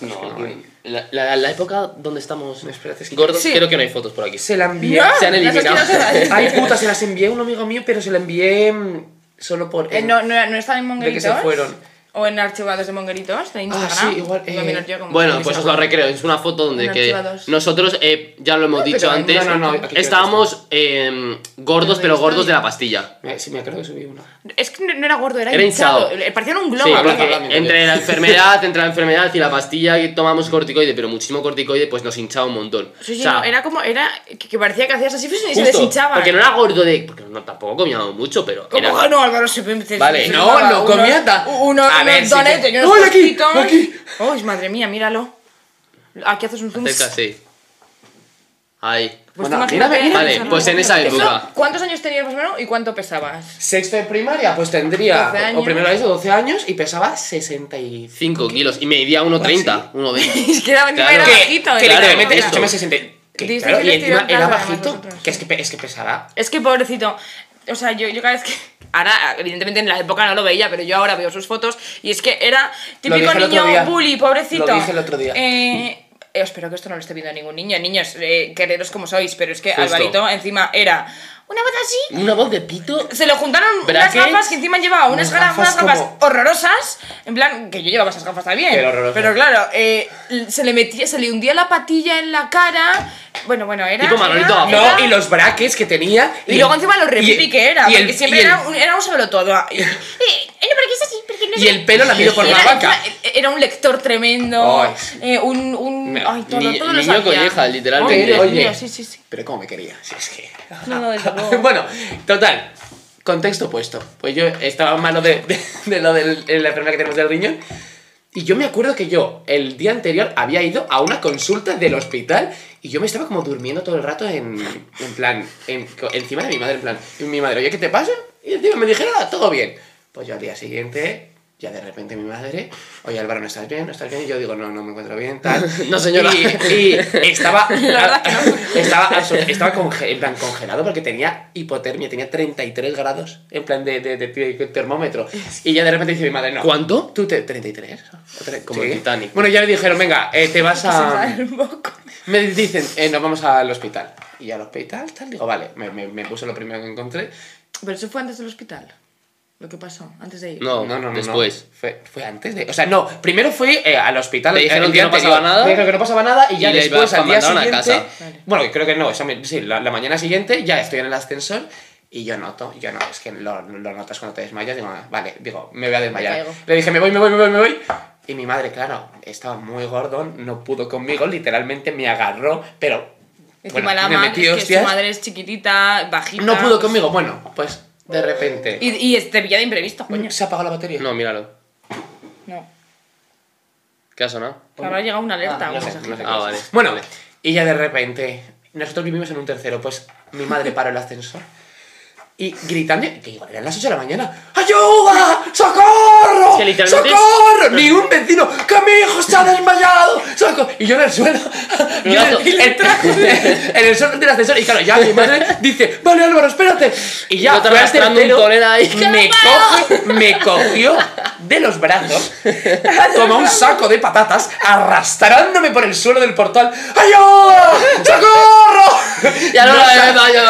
S3: la, la, la época donde estamos
S1: Espérate, es que-
S3: gordos,
S2: Sí.
S3: creo que no hay fotos por aquí.
S1: se la envié...
S2: No,
S3: se han
S2: las
S3: eliminado.
S2: asquerosas.
S1: Ay, puta, se las envié a un amigo mío, pero se la envié mm, solo por...
S2: Eh, no, no, ¿No están en Mongueritos?
S1: se fueron.
S2: ¿O en archivados de Mongueritos
S3: Ah,
S2: de Instagram?
S1: sí, igual, eh,
S2: Lo miro yo como-
S3: Bueno, pues os lo recreo. Es una foto donde
S2: Un
S3: que
S2: archivados.
S3: nosotros, eh, ya lo hemos
S2: pero
S3: dicho
S2: no,
S3: antes,
S1: no, no, aquí
S3: estábamos eh, gordos, pero gordos de la pastilla.
S1: Eh, Sí, me acuerdo que subí una.
S2: Es que no no era gordo, era,
S3: Era
S2: hinchado. Eh,
S3: hinchado.
S2: Parecía un globo.
S3: Sí,
S1: habla,
S3: porque
S1: habla, mi
S3: entre la enfermedad, entre la enfermedad y la pastilla que tomamos corticoide, pero muchísimo corticoide, pues nos hinchaba un montón.
S2: Sí, sí,
S3: O sea,
S2: no, era como, era que, que parecía que hacías así pues, y se
S3: justo,
S2: deshinchaba.
S3: Porque no era gordo de. Porque no, tampoco comíamos mucho, pero.
S2: ¿Cómo
S3: era-
S2: que no, Álvaro? Se, se- se-
S3: Vale,
S2: se
S1: no,
S2: tomaba
S1: no
S2: unos-
S1: comía ta-
S2: Unos,
S1: A ver, sí
S2: unos
S1: que-
S2: donetes y unos
S1: ¡Hola, aquí!
S2: tostitos.
S1: ¡Aquí!
S2: ¡Ay, madre mía, míralo! Aquí haces un zoom.
S3: Cerca, sí. Ahí.
S2: Pues
S1: Bueno,
S2: imagínate-
S1: mírame, mírame.
S3: Vale, pues en esa
S2: Eso,
S3: época.
S2: ¿Cuántos años tenías más o menos y cuánto pesabas?
S1: Sexto de primaria, pues tendría...
S2: 12 años.
S1: O primero de ESO, 12 años, y pesaba 65.
S3: 5 kilos y medía 1,30, 1,20.
S2: Es que era,
S3: Claro.
S2: era
S3: Que-
S2: bajito.
S1: que
S2: era-
S1: literalmente,
S2: era-
S1: escúchame, 60. Que,
S2: Dice
S1: claro,
S2: que
S1: y
S2: le
S1: encima
S2: tiró
S1: era
S2: plaza a
S1: bajito.
S2: nosotros.
S1: Que es que, es que pesaba.
S2: Es que pobrecito. O sea, yo, yo cada vez que. Ahora, evidentemente en la época no lo veía, pero yo ahora veo sus fotos y es que era típico
S1: dije el otro
S2: niño
S1: día.
S2: bully, pobrecito.
S1: Lo dije el otro día.
S2: Eh, eh, espero que esto no lo esté viendo ningún niño. Niños, eh, quereros como sois, pero es que
S3: Justo.
S2: Alvarito encima era.
S4: Una voz así.
S3: ¿Una voz de pito?
S2: Se le juntaron
S3: Brackets.
S2: unas gafas que encima llevaba unas,
S1: Unas
S2: gra-
S1: gafas
S2: unas gafas
S1: como-
S2: horrorosas. En plan, que yo llevaba esas gafas también.
S1: Pero horrorosas.
S2: Pero claro, eh, se le metía, se le hundía la patilla en la cara. Bueno, bueno, era.
S3: Tipo Manolito
S2: era-
S3: Gago.
S2: era-
S1: No, y los braques que tenía.
S2: Y, luego encima lo repipi
S1: y-
S2: que era,
S1: y el-
S2: porque siempre
S1: y el-
S2: era, un, era un sabelotodo. Y-
S4: Eh, no, porque es así, porque no es
S1: Y el pelo lamido por
S2: era,
S1: la vaca.
S2: encima- era un lector tremendo,
S1: Ay, sí.
S2: eh, un, un...
S1: Me-
S2: Ay, todo,
S3: ni-
S2: todo lo
S3: niño
S2: sabía.
S3: colleja, literalmente.
S2: Ay, Dios
S1: Oye.
S2: mío, sí, sí, sí.
S1: Pero cómo me quería. Si es que.
S2: No, no, desde luego.
S1: bueno, total. Contexto opuesto. Pues yo estaba en mano de, de- de lo del- de la enfermedad que tenemos del riñón. Y yo me acuerdo que yo el día anterior había ido a una consulta del hospital y yo me estaba como durmiendo todo el rato en, en plan, en- co- encima de mi madre, en plan, y mi madre, oye, ¿qué te pasa? Y encima me dijeron, "Ah, todo bien. Pues yo al día siguiente, ya de repente mi madre, oye Álvaro, ¿no estás bien? ¿No estás bien? Y yo digo, no, no me encuentro bien, tal.
S3: No, señora.
S1: Y, y estaba,
S2: verdad que no.
S1: estaba, absor- estaba conge- en plan congelado porque tenía hipotermia, tenía 33 grados, en plan de, de- de- de termómetro. Y ya de repente dice mi madre, no.
S3: ¿Cuánto?
S1: ¿Tú te, 33? ¿O tre-
S3: Como el Titanic.
S1: Bueno, ya le dijeron, venga, eh, te vas
S2: Se me sale
S1: a...
S2: el moco.
S1: Me dicen, eh, nos vamos al hospital. Y al hospital, tal, digo, vale, me, me, me puse lo primero que encontré.
S2: Pero eso fue antes del hospital. Lo que pasó, antes de ir.
S3: No, después.
S1: Fue, fue antes de. O sea, no, primero fui eh, al hospital.
S3: Te
S1: eh,
S3: dijeron
S1: el
S3: que
S1: día
S3: no pasaba
S1: anterior.
S3: nada.
S1: Me dijeron que no pasaba nada y ya
S3: Y le
S1: después,
S3: ibas a
S1: al día
S3: mandar
S1: siguiente.
S3: a una casa.
S2: Vale.
S1: Bueno, creo que no, esa me- sí, la, la mañana siguiente ya estoy en el ascensor y yo noto, yo no, es que lo, lo notas cuando te desmayas. Digo, ah, vale, digo, me voy a desmayar.
S2: caigo.
S1: Le dije, me voy, me voy, me voy, me voy. Y mi madre, claro, estaba muy gordón, no pudo conmigo, literalmente me agarró, pero.
S2: Encima
S1: bueno,
S2: la
S1: me
S2: madre,
S1: metí
S2: que
S1: hostias.
S2: su madre es chiquitita, bajita.
S1: No pudo conmigo, bueno, pues de repente.
S2: Y, y este pilla de imprevisto, coño.
S1: Coño, se ha apagado la batería.
S3: No, míralo.
S2: No.
S3: ¿Qué ha sonado?
S2: Que Habrá llegado una alerta.
S1: Ah,
S2: o
S1: no sé,
S2: mensaje.
S1: no sé qué
S3: Ah,
S1: es.
S3: vale.
S1: Bueno, y ya de repente, nosotros vivimos en un tercero, pues mi madre paró el ascensor y gritando, que igual eran las 8 de la mañana, ¡Ayuda! ¡Socorro!
S3: Es que literalmente es-
S1: ¡Socorro! Ni un vecino, que mi hijo se ha desmayado. ¡Socorro! Y yo en el suelo, yo en,
S3: Pedazo.
S1: el, en- en el suelo del ascensor, y claro, ya mi madre dice, vale Álvaro, espérate. Y ya,
S3: Yo te
S1: fue al
S3: arrastrando un
S1: tercero, Mm,
S3: tolera ahí.
S1: me, coge- me cogió de los brazos como un saco de patatas arrastrándome por el suelo del portal. ¡Ayuda! ¡Socorro!
S3: Ya no,
S1: No
S3: la
S1: sa-
S3: veo, no, ya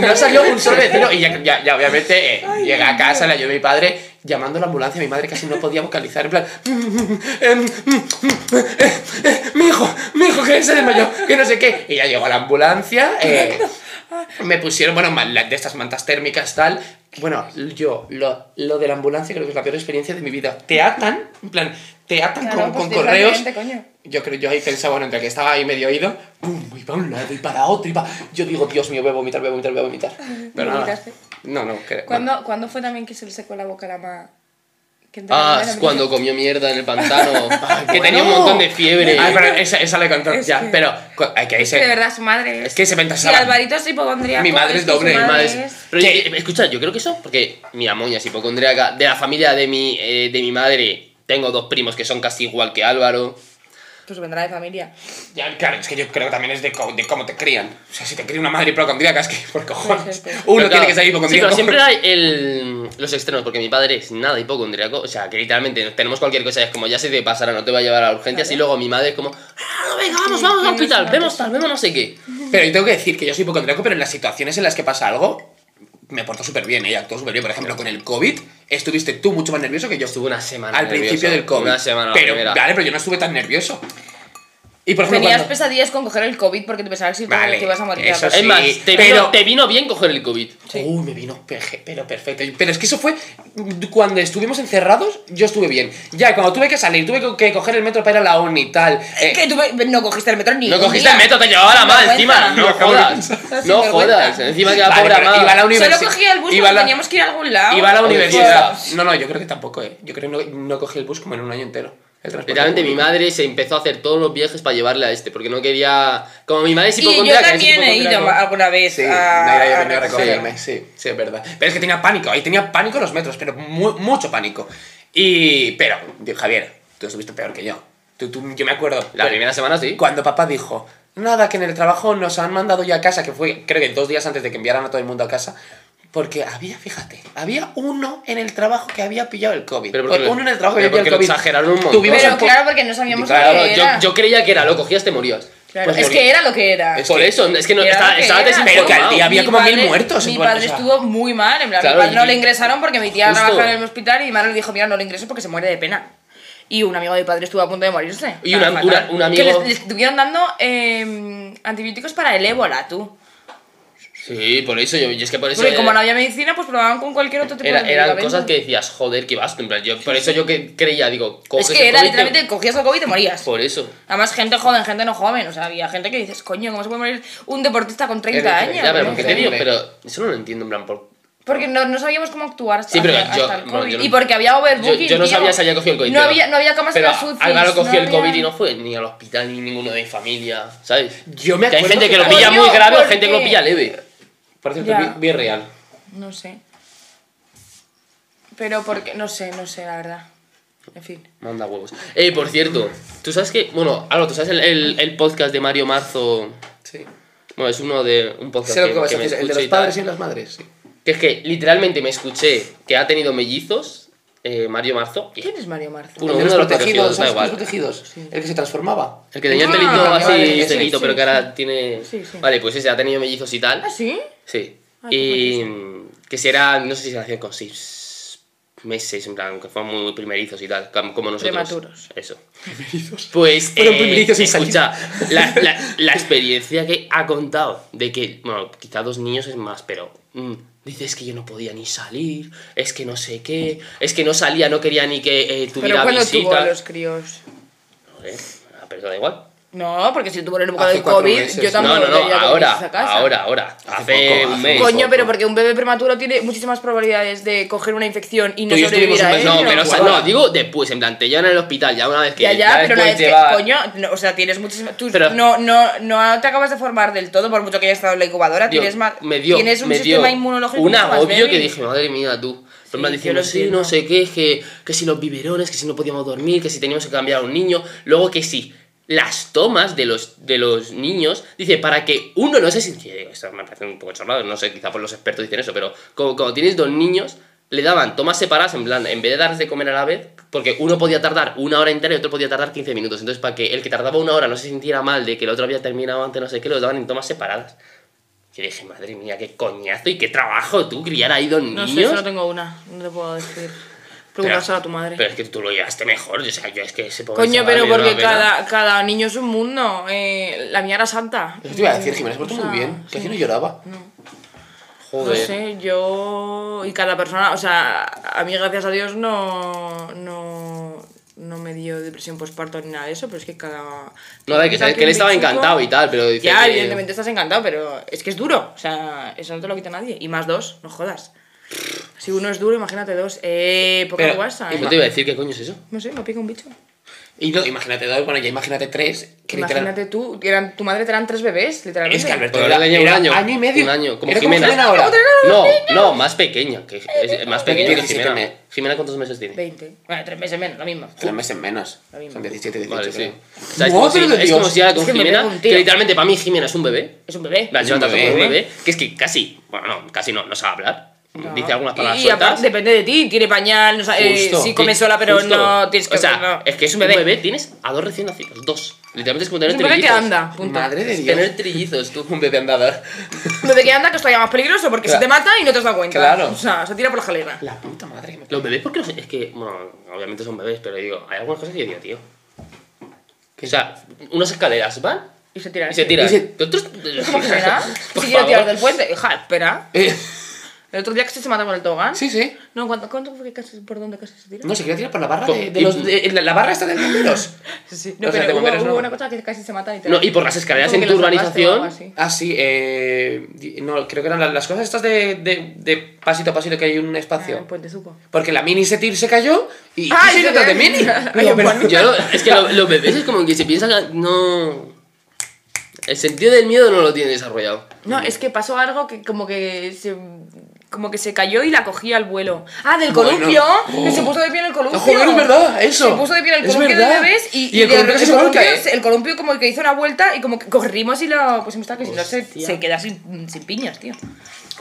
S1: no salió un solo vecino y ya, ya, ya obviamente eh, llegué a casa, le ayudé a mi padre llamando a la ambulancia. Mi madre casi no podía vocalizar, en plan. "Em, mm, mm, eh, eh, mi hijo, mi hijo que se desmayó, que no sé qué. Y ya llegó a la ambulancia. eh, me pusieron, bueno, mal- de estas mantas térmicas, tal. Bueno, yo, lo, lo de la ambulancia creo que es la peor experiencia de mi vida. Te atan, en plan, te atan
S2: Claro,
S1: con,
S2: pues
S1: con
S2: tienes la
S1: correos.
S2: siguiente, coño.
S1: Yo creo, yo ahí pensaba, bueno, entre que estaba ahí medio oído, pum, y para un lado y para otro, y para... Yo digo, Dios mío, voy a vomitar, voy a vomitar, voy a vomitar. Pero nada.
S2: ¿Vomitaste?
S1: No, no, que...
S2: ¿Cuándo, ¿Cuándo fue también que se le secó la boca a la ma? Que entró la
S3: Ah,
S2: primera
S3: es cuando
S2: vez?
S3: comió mierda en el pantano.
S1: Ay,
S3: que tenía un
S1: bueno.
S3: montón de
S1: Ay,
S3: fiebre.
S1: Ah, pero esa, esa le contó
S2: Es
S1: ya,
S2: que-
S1: pero... cu- ay, que ahí
S2: Es que de
S1: se...
S2: verdad su madre
S1: Es que se me
S2: Si
S1: entasaba.
S2: Alvarito es hipocondríaco.
S1: Mi madre es
S2: que su
S1: doble, mi
S3: Madre
S1: madre
S2: es-
S3: Pero yo- escucha, yo creo que eso, porque mi amoña es hipocondríaca, pues, de la familia de mi, eh, de mi madre, tengo dos primos que son casi igual que Álvaro.
S2: Pues vendrá de familia.
S1: Ya, claro, es que yo creo que también es de, co- de cómo te crían. O sea, si te cría una madre hipocondríaca, es que por cojones.
S2: sí, sí.
S1: Uno tiene
S3: Pero claro,
S1: que ser hipocondríaco.
S3: Sí, pero siempre hay el, los extremos, porque mi padre es nada hipocondríaco, o sea, que literalmente tenemos cualquier cosa, es como ya se te pasará, no te va a llevar a urgencias, y luego mi madre es como, "Ah, no, venga, vamos, vamos al hospital, vemos tal, vemos no sé qué.
S1: Pero yo tengo que decir que yo soy hipocondríaco, pero en las situaciones en las que pasa algo, me porto súper bien, ¿eh? Actúo súper bien. Por ejemplo, con el COVID, estuviste tú mucho más nervioso que yo.
S3: Estuve una semana
S1: Al
S3: nervioso,
S1: principio del COVID.
S3: Una semana, la
S1: pero,
S3: primera.
S1: Vale, pero yo no estuve tan nervioso. Y por ejemplo,
S2: Tenías
S1: cuando-
S2: pesadillas con coger el COVID porque te pensabas que te-
S1: Vale,
S2: que ibas a morir. de la
S1: eso
S2: peste.
S3: Es más,
S1: Sí,
S3: te,
S1: pero-
S3: vino, te vino bien coger el COVID.
S1: Uy, me vino peje, pero perfecto. Pero es que eso fue cuando estuvimos encerrados, yo estuve bien. Ya, cuando tuve que salir, tuve que- que coger el metro para ir a la ONI y tal. eh,
S2: Que tú me- no cogiste el metro ni
S3: No
S2: un
S3: cogiste
S2: día.
S3: el metro, te llevaba la madre
S2: Sinvergüenza.
S3: encima. No
S1: acabo de
S3: jodas.
S2: pensar.
S3: No
S2: Sinvergüenza.
S3: jodas. eh. Encima que la
S1: Vale,
S3: pobre
S1: pero
S3: amada.
S1: iba a la
S2: Solo
S1: universi-
S2: cogía el bus
S1: iba a
S2: porque
S1: la-
S2: teníamos que ir a algún lado. Pues
S1: Iba a la
S3: Oye,
S1: universidad.
S3: fuera.
S1: No, no, yo creo que tampoco, ¿eh? Yo creo que no, no cogí el bus como en un año entero. El transporte
S3: Literalmente mi
S1: público.
S3: madre se empezó a hacer todos los viajes para llevarle a este, porque no quería. Como mi madre es
S2: Y yo
S3: hipocondríaca, es
S2: también he ido
S3: hipocondríaca.
S2: alguna vez
S1: Sí,
S2: a...
S1: nadie había
S2: a
S1: venido a
S2: recoger.
S1: recogerme, sí, sí, es verdad. Pero es que tenía pánico, ahí tenía pánico en los metros, pero mu- mucho pánico. Y. Pero, Javier, tú estuviste peor que yo. Tú, tú- yo me acuerdo.
S3: La
S1: pues,
S3: primera semana sí.
S1: Cuando papá dijo, nada, que en el trabajo nos han mandado ya a casa, que fue creo que dos días antes de que enviaran a todo el mundo a casa, porque había, fíjate, había uno en el trabajo que había pillado el COVID.
S3: Pero porque-
S1: uno en el trabajo que
S3: pero
S1: había pillado el
S3: porque
S1: COVID.
S3: lo exageraron un montón.
S1: Tuvimos
S2: Pero
S1: el po-
S2: claro, porque no sabíamos
S1: Claro,
S2: lo
S3: Claro,
S2: que
S3: yo,
S2: era.
S3: yo creía que era lo cogías, te morías.
S2: Claro,
S1: pues
S2: es
S1: morí.
S2: que era lo que era.
S1: Es
S3: Por
S1: que-
S3: eso, es que no,
S2: Era
S3: estaba,
S2: lo que
S3: estaba
S2: era.
S1: Pero que al
S3: desinformado.
S1: día había
S2: Mi
S1: como mil
S2: padre-
S1: muertos en
S2: Mi
S1: plan,
S2: padre
S1: o sea.
S2: estuvo muy mal. En plan,
S3: Claro,
S2: mi padre no
S3: y-
S2: le ingresaron porque mi tía
S3: Justo.
S2: trabajaba en el hospital y mi madre le dijo: Mira, no le ingreso porque se muere de pena. Y un amigo de mi padre estuvo a punto de morirse.
S3: Y
S2: Claro,
S3: una-
S2: fatal.
S3: una- un amigo-
S2: Que les, les estuvieron dando eh, antibióticos para el ébola, tú.
S3: Sí, por eso yo. Y es que por eso.
S2: Porque
S3: era-
S2: como no había medicina, pues probaban con cualquier otro tipo
S3: era-
S2: de
S3: eran
S2: medicamento.
S3: cosas que decías, joder, que vas. En plan, yo, por eso yo que creía, digo, coges
S2: Es que
S3: el
S2: era
S3: COVID, te- Pues-
S2: literalmente cogías el COVID y te morías.
S3: Por eso.
S2: Además, gente joven, gente no joven. O sea, había gente que dices, coño, ¿cómo se puede morir un deportista con 30
S1: Era
S2: años?
S1: diferente,
S3: Ya, pero
S2: No
S3: porque
S2: sé.
S3: te digo,
S1: Hombre.
S3: pero eso no lo entiendo, en plan, por.
S2: Porque no, no sabíamos cómo actuar hasta,
S3: Sí, pero
S2: hasta
S3: yo-
S2: el COVID.
S3: bueno, yo no-
S2: y porque había overbooking.
S3: Yo, yo no
S2: tío.
S3: sabía si había cogido el COVID.
S2: No
S3: pero-
S2: había, no había camas
S3: pero
S2: en las UCIs.
S3: Álvaro cogió el
S2: había-
S3: COVID y no fue ni al hospital ni ninguno de mi familia, ¿sabes?
S1: Yo me
S3: Que hay
S1: acuerdo
S3: gente que lo
S1: que-
S3: pilla
S2: Coño,
S3: muy grave o
S2: ¿por
S3: gente que lo
S2: qué?
S3: pilla leve.
S1: Por cierto,
S2: Ya.
S1: vi, vi real.
S2: No sé. Pero porque. No sé, no sé, la verdad. En fin.
S3: Manda huevos. Eh, por cierto, tú sabes que. Bueno, Álvaro, tú sabes el, el- el podcast de Mario Marzo.
S1: Sí.
S3: Bueno, es uno de. Un podcast
S1: Sé lo que vas a
S3: me
S1: decir, el de
S3: escucho
S1: los
S3: y tal.
S1: padres y las madres, sí.
S3: Que es que literalmente me escuché que ha tenido mellizos eh, Mario Marzo.
S2: ¿Quién es Mario Marzo?
S3: Uno,
S1: El de
S3: uno
S1: los
S3: de los
S1: protegidos,
S3: protegidos, da
S1: ¿sabes? Los
S3: igual.
S1: protegidos. El que se transformaba.
S3: El que tenía el
S2: Ah,
S3: pelito
S2: vale,
S3: así,
S1: vale,
S3: este
S1: sí,
S3: pelito,
S2: sí,
S3: pero que
S2: sí.
S3: ahora tiene.
S2: Sí, sí.
S3: Vale, pues ese ha tenido mellizos y tal.
S2: ¿Ah, sí? Ah,
S3: Sí.
S2: Ay,
S3: Y mm, que si era, no sé si se nació con seis meses, en plan, que fueron muy primerizos y tal, com- como nosotros.
S2: Prematuros.
S3: Eso. Pues,
S1: Fueron primerizos sin
S3: escucha, la, la- la experiencia que ha contado de que, bueno, quizá dos niños es más, pero mm, dice es que yo no podía ni salir, es que no sé qué, es que no salía, no quería ni que eh,
S2: Pero
S3: tuviera
S2: cuando tuvo
S3: visita.
S2: a los críos.
S3: Joder, ah, pero da igual.
S2: No, porque si tuvo en el bocado
S1: Hace
S2: de
S1: cuatro
S2: COVID,
S1: meses.
S2: yo
S3: No,
S2: tampoco
S3: no, no,
S2: tendría
S3: ahora,
S2: COVID a casa.
S3: ahora, ahora, hace
S1: poco,
S3: un
S1: hace
S3: mes.
S1: poco.
S2: Coño, pero porque un bebé prematuro tiene muchísimas probabilidades de coger una infección y no
S1: Tú y yo
S2: sobrevivir a
S1: estuvimos un mes-
S2: él.
S3: No, pero o sea, no,
S1: Guau.
S3: digo después, en plan, te llevan al hospital ya una vez que
S2: eh, Ya, ya, pero una
S3: después
S2: vez que,
S3: lleva-
S2: coño, no, o sea, tienes muchísimas... Tú
S3: Pero-
S2: no, no, no te acabas de formar del todo, por mucho que hayas estado en la incubadora,
S3: Digo,
S2: tienes, más,
S3: me dio,
S2: tienes un
S3: me dio
S2: sistema inmunológico
S3: un
S2: mucho más
S3: agobio que
S2: débil.
S3: dije, madre mía, tú. Pero me
S2: Sí,
S3: van diciendo,
S2: yo lo
S3: sí,
S2: entiendo.
S3: no sé qué, que, que si los biberones, que si no podíamos dormir, que si teníamos que cambiar a un niño. Luego que sí, las tomas de los, de los niños, dice, para que uno no se sintiera. Digo, esto me parece un poco chorrado, no sé, quizá por los expertos dicen eso, pero como, como tienes dos niños, le daban tomas separadas, en plan, en vez de darles de comer a la vez, porque uno podía tardar una hora entera y otro podía tardar 15 minutos. Entonces, para que el que tardaba una hora no se sintiera mal de que el otro había terminado antes, no sé qué, los daban en tomas separadas. Yo dije, madre mía, qué coñazo y qué trabajo tú criar ahí dos
S2: No
S3: niños.
S2: sé, solo tengo una, no te puedo decir. Preguntárselo a tu madre.
S3: Pero es que tú lo llevaste mejor, o sea, yo es que ese pobre
S2: Coño,
S3: chaval
S2: pero
S3: me dio
S2: porque
S3: una pena.
S2: cada, cada niño es un mundo. eh, la mía era santa.
S1: Eso te iba a decir, Jimena, has puesto
S2: O sea,
S1: muy bien.
S2: sí.
S1: Casi no lloraba.
S2: No
S3: Joder.
S2: sé, yo. Y cada persona, o sea, a mí, gracias a Dios, no. no no me dio depresión postparto ni nada de eso, pero es que cada...
S3: No, de que,
S2: cada
S3: saber que él estaba
S2: chico-
S3: encantado y tal, pero dice
S2: Ya,
S3: que-
S2: evidentemente estás encantado, pero es que es duro. O sea, eso no te lo quita nadie. Y más dos, no jodas. Si uno es duro, imagínate dos. Eh, poca
S1: Pero-
S2: guasa.
S1: y
S2: eh.
S3: No te iba a decir qué coño es eso.
S2: No sé, me pica un bicho.
S1: Y no, imagínate dos, bueno, ya imagínate tres. Que literal-
S2: Imagínate tú, que eran, tu madre te eran tres bebés, literalmente.
S1: Es que Alberto
S3: Pero
S1: era,
S3: le tenía
S1: era
S3: un año.
S1: y medio.
S3: Un año, como
S1: era
S3: Jimena.
S1: ahora.
S3: No, no, más pequeña. Que, es- más pequeña que
S1: Tiene 17
S3: Jimena.
S1: meses.
S3: Jimena, ¿cuántos meses tiene?
S2: 20. Bueno, tres meses menos, lo mismo.
S1: Tres meses menos.
S2: Lo mismo.
S1: Son 17, 18.
S3: Vale, sí.
S1: creo.
S3: O sea, es,
S1: Madre
S3: como si,
S1: de
S3: es como
S1: Dios.
S3: si ahora con
S2: que me
S3: Jimena,
S2: pego un
S3: que
S2: tiro.
S3: literalmente para mí Jimena es un bebé.
S2: Es un bebé.
S3: La
S1: Es un
S3: lleva tanto como un
S1: bebé.
S3: bebé, que es que casi, bueno, no, casi no, no sabe hablar.
S2: No.
S3: Dice algunas palabras
S2: Y aparte
S3: sueltas.
S2: depende de ti, tiene pañal, no sabe- eh,
S1: Justo,
S2: sí come
S3: Sí,
S2: sola, pero
S3: justo.
S2: no tienes que
S3: O sea,
S2: no.
S3: es que es un bebé. tienes a dos recién nacidos, dos. Literalmente es como
S2: Es
S3: tener
S2: un bebé que
S3: trillizos.
S2: anda, punto.
S1: Madre de Dios.
S3: Tener trillizos, tú, un bebé andador.
S2: Un bebé que anda que es todavía más peligroso porque
S1: Claro.
S2: se te mata y no te has dado cuenta.
S1: Claro.
S2: O sea, se tira por la jalera.
S1: La puta madre. que me-
S3: Los bebés, porque los- es que, bueno, obviamente son bebés, pero digo, hay algunas cosas que yo digo, tío. O sea, unas escaleras van
S2: Y se tira.
S3: y se tiran.
S1: Y se-
S3: ¿Tú- tú-
S2: ¿Cómo que será?
S3: Por
S2: Si quiero
S3: favor.
S2: tirar del puente. Hija, espera.
S1: Eh,
S2: El otro día casi se mata con el tobogán.
S1: sí, sí.
S2: No, ¿cuánto, cuánto fue que casi, por dónde casi se tira?
S1: No, se quería tirar por la barra
S3: Por-
S1: de, de los. de- eh, la, la barra está de bomberos.
S2: Sí, sí. No,
S1: O sea,
S2: pero
S1: de
S2: hubo,
S1: bomberos
S2: hubo
S1: no.
S2: una cosa que casi se mata y te
S3: No, y por las escaleras
S2: Como
S3: en
S2: que
S3: tu
S2: lo salvaste o algo
S3: urbanización.
S2: así.
S1: Ah, sí, eh, di- no, creo que eran las, las cosas estas de, de, de pasito a pasito que hay un
S2: Ah,
S1: espacio.
S2: en Puente Suco.
S1: Porque la mini se, tir- se cayó y.
S2: Ah,
S1: ¿qué
S2: y
S1: se
S2: se
S1: trata de
S2: ve.
S1: mini?
S2: Ay,
S1: Digo, pero-
S2: Juan.
S3: Yo no- es que lo- los bebés es como que se piensan que no. El sentido del miedo no lo tienen desarrollado.
S2: No, es que pasó algo que como que se como que se cayó y la cogía al vuelo. Ah, del
S1: Bueno.
S2: columpio.
S1: Oh.
S2: Que se puso de pie en el columpio.
S1: joder, es verdad, eso.
S2: Se puso de pie en el
S1: Es
S2: columpio de
S1: verdad.
S2: bebés y,
S1: Y el
S2: de-
S1: columpio que se vuelca,
S2: columpio-
S1: ¿eh?
S2: el columpio como que hizo una vuelta y como que corrimos y lo pusimos tal que si no se,
S3: Hostia.
S2: se queda sin, sin piñas, tío.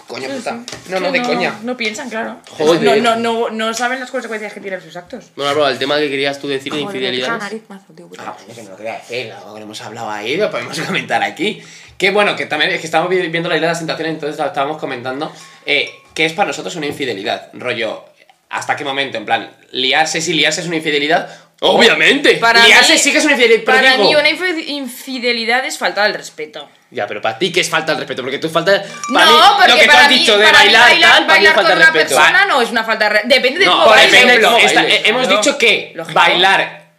S1: Coño, puta. No, no, de coña.
S2: No piensan, claro.
S3: Joder.
S2: No, no, no, no saben las consecuencias que tienen sus actos.
S3: Bueno, Álvaro, el tema que querías tú decir de
S2: Joder, me pica la
S3: infidelidades.
S2: nariz, mazo, tío, puta.
S1: Ah, bueno, que me lo quería decir, algo que no hemos hablado ahí, lo podemos comentar aquí. Que bueno, que también es que estábamos vi- viendo la isla de las tentaciones, entonces la estábamos comentando eh, que es para nosotros una infidelidad. Rollo, ¿hasta qué momento? En plan, liarse si liarse es una infidelidad.
S3: ¡Obviamente!
S2: Para
S1: liarse
S2: mí-
S1: sí que es una infidelidad. pero
S2: Para
S1: digo-
S2: mí una infi- infidelidad es falta del respeto.
S3: Ya, pero para ti, ¿qué es falta de respeto? Porque tú falta.
S2: No,
S3: para mí,
S2: porque
S3: lo que
S2: para
S3: tú has
S2: mí,
S3: dicho de
S2: para mí
S3: bailar, y
S2: bailar,
S3: tal, para mí
S2: bailar
S3: es
S2: con
S3: falta de
S2: una
S3: respeto.
S2: persona no es una falta de respeto. Depende de
S3: No,
S2: cómo
S1: Ah, Por
S2: bailes.
S1: ejemplo,
S3: bailes.
S1: esta- eh, hemos
S2: Claro.
S1: dicho que
S2: Lógico. Eh,
S1: bailar.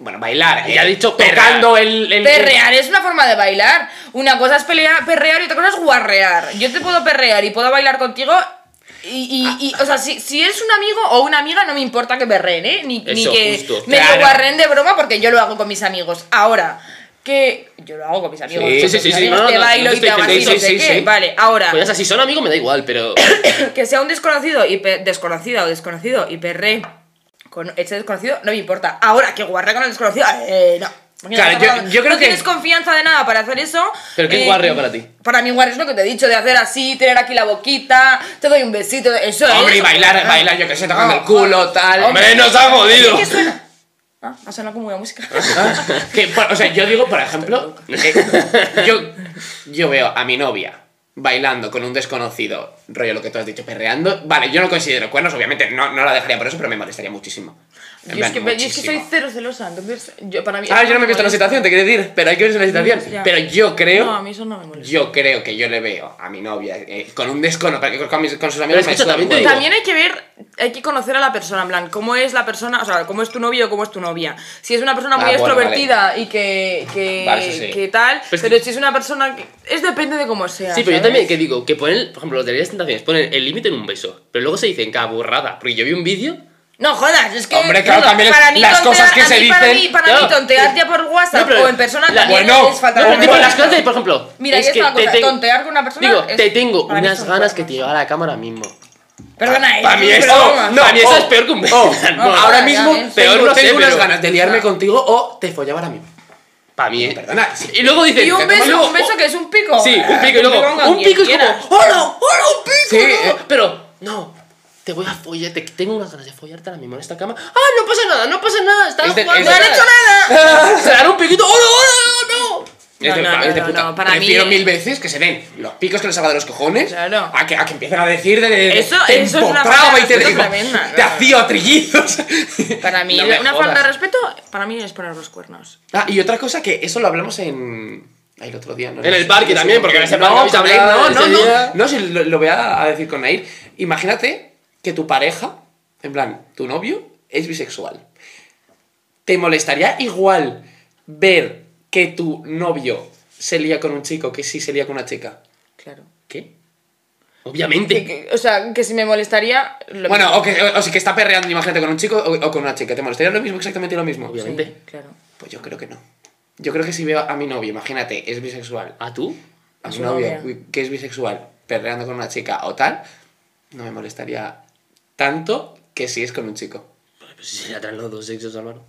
S1: Bueno, bailar.
S3: Y ha dicho
S1: tocando el. el-
S2: Perrear es una forma de bailar. Una cosa es pelea- perrear y otra cosa es guarrear. Yo te puedo perrear y puedo bailar contigo. Y, y, y, o sea, si, si es un amigo o una amiga, no me importa que perreen, ¿eh? Ni, ni
S3: Eso,
S2: que
S3: justo,
S2: me lo
S1: claro.
S2: guarreen de broma porque yo lo hago con mis amigos. Ahora, que yo lo hago con mis amigos.
S1: Sí,
S2: con
S1: sí,
S2: mis
S3: sí, sí,
S2: amigos,
S3: no, no,
S2: te
S3: no,
S2: bailo
S3: no
S2: y te hago
S3: estoy
S2: así, no
S1: diciendo-
S2: sé
S1: sí, sí,
S2: qué.
S1: sí.
S2: Vale, ahora.
S3: Pues ya, si son amigos me da igual, pero.
S2: que sea un desconocido y pe- desconocida o desconocido y perre con este desconocido no me importa. Ahora que guarre con el desconocido, eh, no. Porque
S1: Claro,
S2: no te
S1: yo-
S2: acabas-
S1: yo creo
S2: no
S1: que-
S2: tienes confianza de nada para hacer eso.
S3: ¿Pero qué
S2: Eh,
S3: guarreo para ti?
S2: Para mí guarreo es lo que te he dicho, de hacer así, tener aquí la boquita, te doy un besito, eso es. Ah.
S1: Hombre, y bailar, bailar, yo que sé, tocando el culo, tal.
S3: ¡Hombre, nos ha jodido!
S2: ¿Qué suena? Ah, ha sonado como una música.
S1: Ah, Que, por- o sea, yo digo, por ejemplo, eh, yo, yo veo a mi novia bailando con un desconocido, rollo lo que tú has dicho, perreando. Vale, yo no considero cuernos, obviamente no, no la dejaría por eso, pero me molestaría muchísimo. En
S2: Yo es,
S1: plan,
S2: que, yo es que soy
S1: muchísimo.
S2: cero celosa, entonces yo para mí...
S1: Ah, yo no me he visto en la situación, te quiero decir, pero hay que verse en la situación.
S2: Mm, Ya.
S1: Pero yo creo.
S2: No, a mí eso no me molesta.
S1: Yo creo que yo le veo a mi novia eh, con un desconocido, porque con, mis- con sus amigos
S3: escucha,
S1: suda
S3: también
S1: un
S3: te
S1: huevo.
S2: Pues También hay que ver, hay que conocer a la persona, en plan, cómo es la persona, o sea, cómo es tu novio o cómo es tu novia. Si es una persona muy
S1: Ah, bueno,
S2: extrovertida y que, que,
S1: Vale, eso sí.
S2: que tal,
S3: Pero es
S2: pero
S3: que-
S2: si es una persona que... Es depende de cómo sea.
S3: Pues Sí, pero
S2: ¿sabes?
S3: yo también que digo, que ponen, por ejemplo, los de las tentaciones, ponen el límite en un beso, pero luego se dicen cada burrada, porque yo vi un vídeo
S2: No jodas, es que...
S1: Hombre, claro, también
S2: para
S1: es-
S2: mí
S1: las cosas
S2: tontear-
S1: que
S2: a
S1: se
S2: mí, Para
S1: dicen,
S2: mí, para
S3: claro.
S2: mí tontear ya por
S3: No,
S2: WhatsApp
S3: pero-
S2: o en persona
S3: la-
S2: también
S1: Bueno,
S2: es falta
S3: No,
S2: de
S3: pero tipo,
S2: respeto.
S3: las cosas de, por ejemplo.
S2: Mira, y es una cosa, tontear con una persona
S3: Digo,
S2: es-
S3: te tengo
S2: para mí
S3: unas
S2: es un
S3: ganas que
S2: cuerno.
S3: te lleva a la cámara mismo.
S2: Perdona,
S1: Para
S2: es
S1: mí
S2: un
S1: esto.
S2: broma.
S1: No,
S3: Para mí eso
S1: oh,
S3: es peor que un beso.
S1: oh,
S3: No,
S1: ahora
S2: ya
S1: mismo
S2: ves.
S1: tengo,
S3: Peor no sé,
S1: tengo unas
S3: pero-
S1: ganas de liarme contigo o te follaba ahora mismo.
S3: Para mí, eh.
S1: Perdona, sí.
S3: Y luego dicen.
S2: Y un
S3: y
S2: beso,
S3: luego- oh,
S2: un beso que es un pico.
S3: Sí, un pico y
S2: con
S3: luego. Un
S2: quien
S3: pico es
S2: quieras.
S3: como. "Oh, ¡Hola! ¡Hola, un pico!
S1: Sí,
S3: no".
S1: eh.
S3: Pero, no. Te voy a follar, te tengo unas ganas de follarte ahora mismo en esta cama. ¡Ah, no pasa nada, no pasa nada! Estaba
S1: Es de-
S3: jugando.
S1: es de-
S3: ¡No han hecho Este, nada! ¡Se dan un piquito! ¡Hola, hola, hola! ¡No!
S1: Es de-
S2: no,
S1: es de
S2: no,
S1: puta.
S2: no, para mí-
S1: Prefiero mil veces que se den los picos que les haga de los cojones
S2: Claro.
S1: a, que, a que empiecen a decir de. de-
S2: Eso-
S1: te
S2: eso es una
S1: empotraba
S2: falta de
S1: y te
S2: respeto
S1: digo,
S2: tremenda,
S1: Te
S2: claro.
S1: hacía trillizos.
S2: Para mí,
S1: No me
S2: una
S1: jodas.
S2: falta de respeto, para mí es poner los cuernos.
S1: Ah, y otra cosa que eso lo hablamos en. El otro día, ¿no?
S3: En el parque también, porque en ese parque
S1: no,
S3: habéis
S1: con Nair,
S3: hablado
S1: no,
S3: ese
S1: no, no,
S3: día.
S1: no, si lo, lo voy a, a decir con Nair. Imagínate que tu pareja, en plan, tu novio, es bisexual. ¿Te molestaría igual ver que tu novio se lía con un chico que sí se lía con una chica?
S2: Claro.
S3: ¿Qué? Obviamente.
S2: o sea, que si me molestaría. lo
S1: Bueno,
S2: mismo.
S1: o, que, o, o si que está perreando, imagínate, con un chico o, o con una chica. ¿Te molestaría lo mismo, exactamente lo mismo?
S3: Obviamente.
S2: Sí, claro.
S1: Pues yo creo que no. Yo creo que si veo a mi novio, imagínate, es bisexual,
S3: ¿A tú?
S1: a
S2: A
S1: su
S2: su
S1: novia
S2: novia.
S1: que es bisexual perreando con una chica o tal, no me molestaría tanto que si es con un chico.
S3: Pues si se le atraen los dos sexos, Álvaro.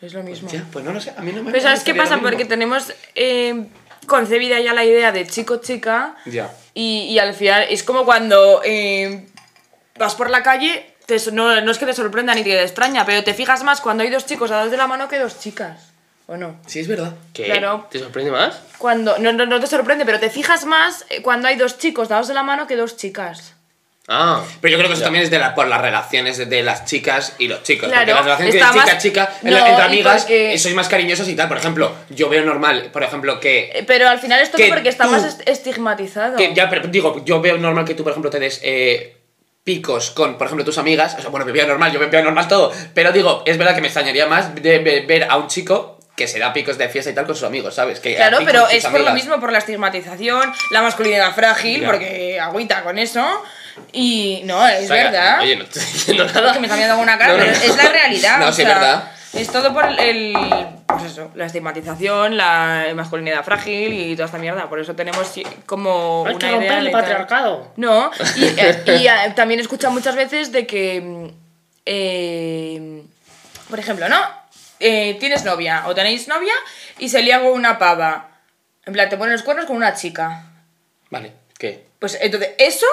S2: Es lo mismo.
S1: Ya, pues no lo sé, a mí no me
S2: Pero ¿sabes qué
S1: molestaría
S2: pasa?
S1: lo
S2: Porque
S1: mismo.
S2: tenemos eh, concebida ya la idea de chico-chica.
S1: Ya.
S2: Y, y al final es como cuando eh, vas por la calle, te so- no, no es que te sorprenda ni te extraña, pero te fijas más cuando hay dos chicos a dos de la mano que dos chicas. ¿O no?
S1: Sí, es verdad.
S3: ¿Qué?
S2: Claro.
S3: Eh, ¿Te sorprende más?
S2: Cuando, no, no, no te sorprende, pero te fijas más eh, cuando hay dos chicos dados de la mano que dos chicas.
S3: Ah.
S1: Pero yo creo que eso
S3: Ya.
S1: también es de la- por las relaciones de, de las chicas y los chicos.
S2: Claro,
S1: porque las relaciones de
S2: está
S1: chica a
S2: más-
S1: chica, en
S2: No,
S1: la- entre
S2: y
S1: amigas,
S2: porque-
S1: eh, sois más cariñosos y tal. Por ejemplo, yo veo normal, por ejemplo, que
S2: Eh, Pero al final esto
S1: Que
S2: es porque está
S1: tú-
S2: más est- estigmatizado.
S1: Que ya, pero digo, yo veo normal que tú, por ejemplo, te des eh, picos con, por ejemplo, tus amigas. O sea, bueno, me veo normal, yo me veo normal todo. Pero digo, es verdad que me extrañaría más de, de ver a un chico que se da picos de fiesta y tal con sus amigos, ¿sabes? Que a
S2: Claro,
S1: ti con
S2: pero
S1: tus
S2: es por lo
S1: amigas.
S2: mismo, por la estigmatización, la masculinidad frágil,
S1: Ya.
S2: porque agüita con eso. Y no, es
S3: O sea,
S2: verdad.
S3: Oye, no te estoy diciendo
S2: Es
S3: nada.
S2: que me está mirando con una cara,
S1: No, no,
S2: pero
S1: no.
S2: es la realidad.
S1: No,
S2: o
S1: sí, es
S2: sea,
S1: verdad.
S2: Es todo por el, el- Pues eso, la estigmatización, la masculinidad frágil y toda esta mierda. Por eso tenemos sí, como.
S3: Hay
S2: una
S3: que romper
S2: idea
S3: el
S2: de tal.
S3: patriarcado.
S2: No, y, eh, y, eh, también he escuchado muchas veces de que. mm, eh, por ejemplo, ¿no? Eh, tienes novia o tenéis novia y se lía con una pava. En plan, te ponen los cuernos con una chica.
S1: Vale, ¿qué?
S2: Pues entonces, eso,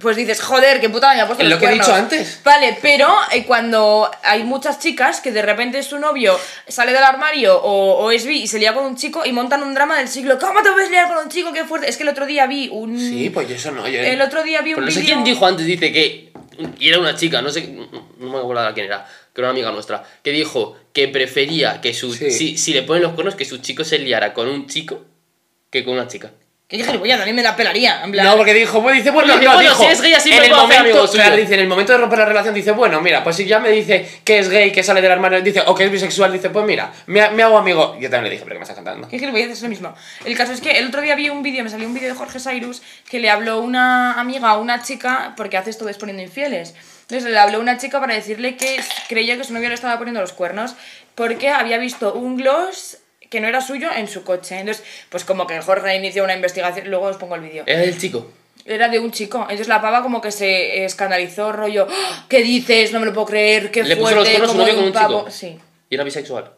S2: pues dices, joder, qué putada me ha puesto
S1: Es
S2: los
S1: lo que he
S2: cuernos.
S1: dicho antes.
S2: Vale, pero eh, cuando hay muchas chicas que de repente su novio sale del armario o, o es bi y se lía con un chico y montan un drama del siglo. ¿Cómo te puedes liar con un chico? ¡Qué fuerte! Es que el otro día vi un.
S1: Sí, pues yo eso no. yo-
S2: El otro día vi
S3: Pero
S2: un
S3: no sé
S2: vídeo-
S3: quién dijo antes, dice que. Y era una chica, no sé. No me acuerdo ahora quién era. Que era una amiga nuestra. Que dijo que prefería que su.
S1: Sí.
S3: Si, si le ponen los cuernos, que su chico se liara con un chico que con una chica.
S2: Que dije, voy a también me la pelaría. En plan,
S1: No, porque dijo, bueno, dice, bueno,
S3: Dice,
S1: no,
S3: bueno,
S1: dijo,
S3: si es gay, así
S1: en
S3: me
S1: el
S3: puedo hacer
S1: momento,
S3: amigo
S1: claro,
S3: suyo.
S1: dice, en el momento de romper la relación, dice, bueno, mira, pues si ya me dice que es gay, que sale del armario, dice, o que es bisexual, dice, pues mira, me, ha- me hago amigo. Yo también le dije, pero ¿qué me estás cantando?
S2: Que voy a hacer lo mismo. El caso es que el otro día vi un vídeo, me salió un vídeo de Jorge Cyrus que le habló una amiga a una chica porque hace esto de exponiendo infieles. Entonces le habló una chica para decirle que s- creía que su novio le estaba poniendo los cuernos porque había visto un gloss que no era suyo en su coche. Entonces, pues como que Jorge inició una investigación, luego os pongo el vídeo.
S3: Era del chico.
S2: Era de un chico. Entonces la pava como que se escandalizó, rollo, "¡Ah! ¿qué dices? No me lo puedo creer, qué
S3: Le puso
S2: fuerte,
S3: los cuernos a su
S2: como
S3: novio
S2: de
S3: con un chico.
S2: pavo". Sí.
S3: Y era bisexual.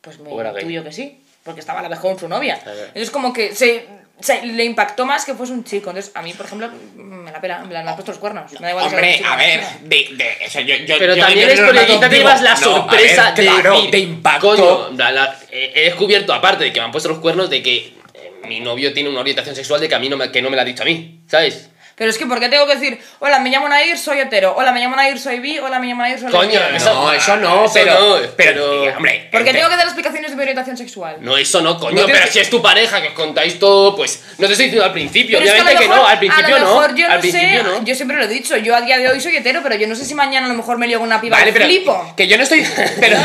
S2: Pues me
S3: O era gay.
S2: intuyo que sí, porque estaba a la vez con su novia.
S3: Claro.
S2: Entonces como que se, se- le impactó más que fuese un chico. Entonces a mí, por ejemplo, me la pela, en plan, me han puesto los cuernos. Me da igual que sea un
S1: Hombre,
S2: chico.
S1: a ver, de, de, o sea, yo, yo,
S3: Pero
S1: yo
S3: también
S1: de-
S3: es
S1: no,
S3: porque
S1: no,
S3: quizá te
S1: digo,
S3: llevas la
S1: no, a
S3: sorpresa
S1: ver, claro,
S3: de,
S1: de impacto.
S3: Coño, la- la- eh, he, he descubierto, aparte de que me han puesto los cuernos, de que eh, mi novio tiene una orientación sexual de que, a mí no me, que no me la ha dicho a mí, ¿sabes?
S2: Pero es que ¿por qué tengo que decir, hola, me llamo Nair, soy hetero, hola, me llamo Nair, soy bi, hola, me llamo Nair, soy
S3: Coño,
S2: lesbiana"?
S3: eso-
S1: No, eso no,
S3: eso
S1: pero,
S3: no,
S1: pero,
S3: pero-
S1: hombre,
S2: ¿Por qué
S1: ente-
S2: tengo que dar explicaciones de mi orientación sexual?
S3: No, eso no, coño,
S1: No tienes
S3: pero
S1: que-
S3: si es tu pareja que os contáis todo, pues no te estoy diciendo al principio,
S2: Pero es
S3: obviamente
S2: a lo
S3: que, no,
S2: mejor-
S3: al principio
S2: a lo mejor
S3: no.
S2: Yo no
S3: al principio
S2: sé,
S3: no.
S2: Yo siempre lo he dicho, yo a día de hoy soy hetero, pero yo no sé si mañana a lo mejor me lío con una piba
S1: Vale,
S2: y
S1: pero
S2: flipo.
S1: que yo no estoy pero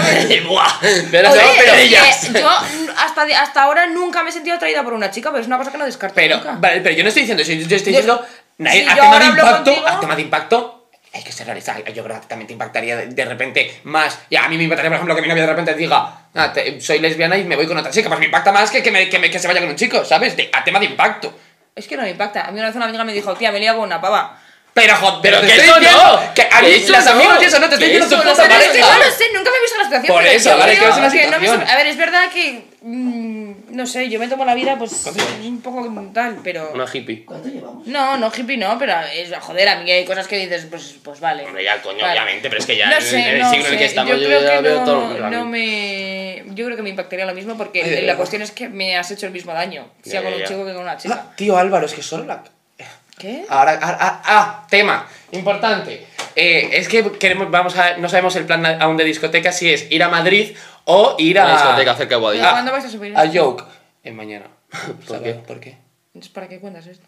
S3: Buah, pero
S2: Oye,
S3: no,
S2: es
S3: pero
S2: que
S3: ellas.
S2: yo hasta, de- hasta ahora nunca me he sentido atraída por una chica, pero es una cosa que no descarto
S1: pero
S2: nunca.
S1: vale, pero yo no estoy diciendo eso, yo, yo estoy
S2: Yo-
S1: diciendo Nair,
S2: si
S1: al
S2: yo
S1: tema
S2: ahora
S1: de
S2: hablo
S1: impacto,
S2: contigo-
S1: al tema de impacto hay que ser realista, yo creo que también te impactaría de, de repente más, y a mí me impactaría por ejemplo que mi novia de repente diga, "Ah, te- soy lesbiana y me voy con otra chica, pues me impacta más que que, me- que me- que se vaya con un chico, ¿sabes? De- a tema de impacto.
S2: Es que no me impacta. A mí una vez una amiga me dijo, tía, me lío con una pava.
S1: Pero joder,
S3: Pero
S1: te
S3: que
S1: estoy
S3: eso
S1: diciendo
S3: no,
S1: que a
S3: que
S1: mí
S3: eso
S1: las
S3: no,
S1: amigas y eso no te estoy
S3: que
S1: diciendo tu
S3: eso no
S1: puta
S3: se
S2: Pero es
S1: pareja.
S2: que yo lo sé, nunca me he visto en la situación.
S1: Por
S2: pero
S1: eso,
S2: yo
S1: vale, que
S2: creo
S1: es una
S2: que no me
S1: situación.
S2: sor- a ver, es verdad que. mm, no sé, yo me tomo la vida, pues. Un poco tal, pero.
S3: Una hippie.
S2: No, no hippie no, pero es, joder, a mí hay cosas que dices, pues, pues vale.
S3: Hombre, ya, coño,
S2: Vale.
S3: obviamente, pero es que ya
S2: no
S3: en,
S2: sé,
S3: en el
S2: no
S3: siglo en el que
S2: sé.
S3: estamos
S2: yo creo
S3: ya
S2: que
S3: veo
S2: no,
S3: todo. lo-
S2: no me... Yo creo que me impactaría lo mismo porque
S1: Ay, de
S2: la
S1: verdad.
S2: cuestión es que me has hecho el mismo daño. Si
S3: Ya,
S2: hago
S3: ya,
S2: un
S3: ya.
S2: chico que con una chica.
S1: Ah, tío Álvaro, es que solo la
S2: ¿Qué?
S1: Ahora, ah, ah, ah, tema importante. Eh, es que queremos, vamos a, no sabemos el plan aún de discoteca si es ir a Madrid o ir a.
S3: Una discoteca cerca de
S2: ¿Pero
S3: Guadix.
S1: Ah,
S2: ¿Cuándo vais a subir?
S1: A Joke. Eh, mañana. Sábado.
S3: qué?
S1: ¿Por qué?
S2: Entonces, ¿Para qué cuentas esto?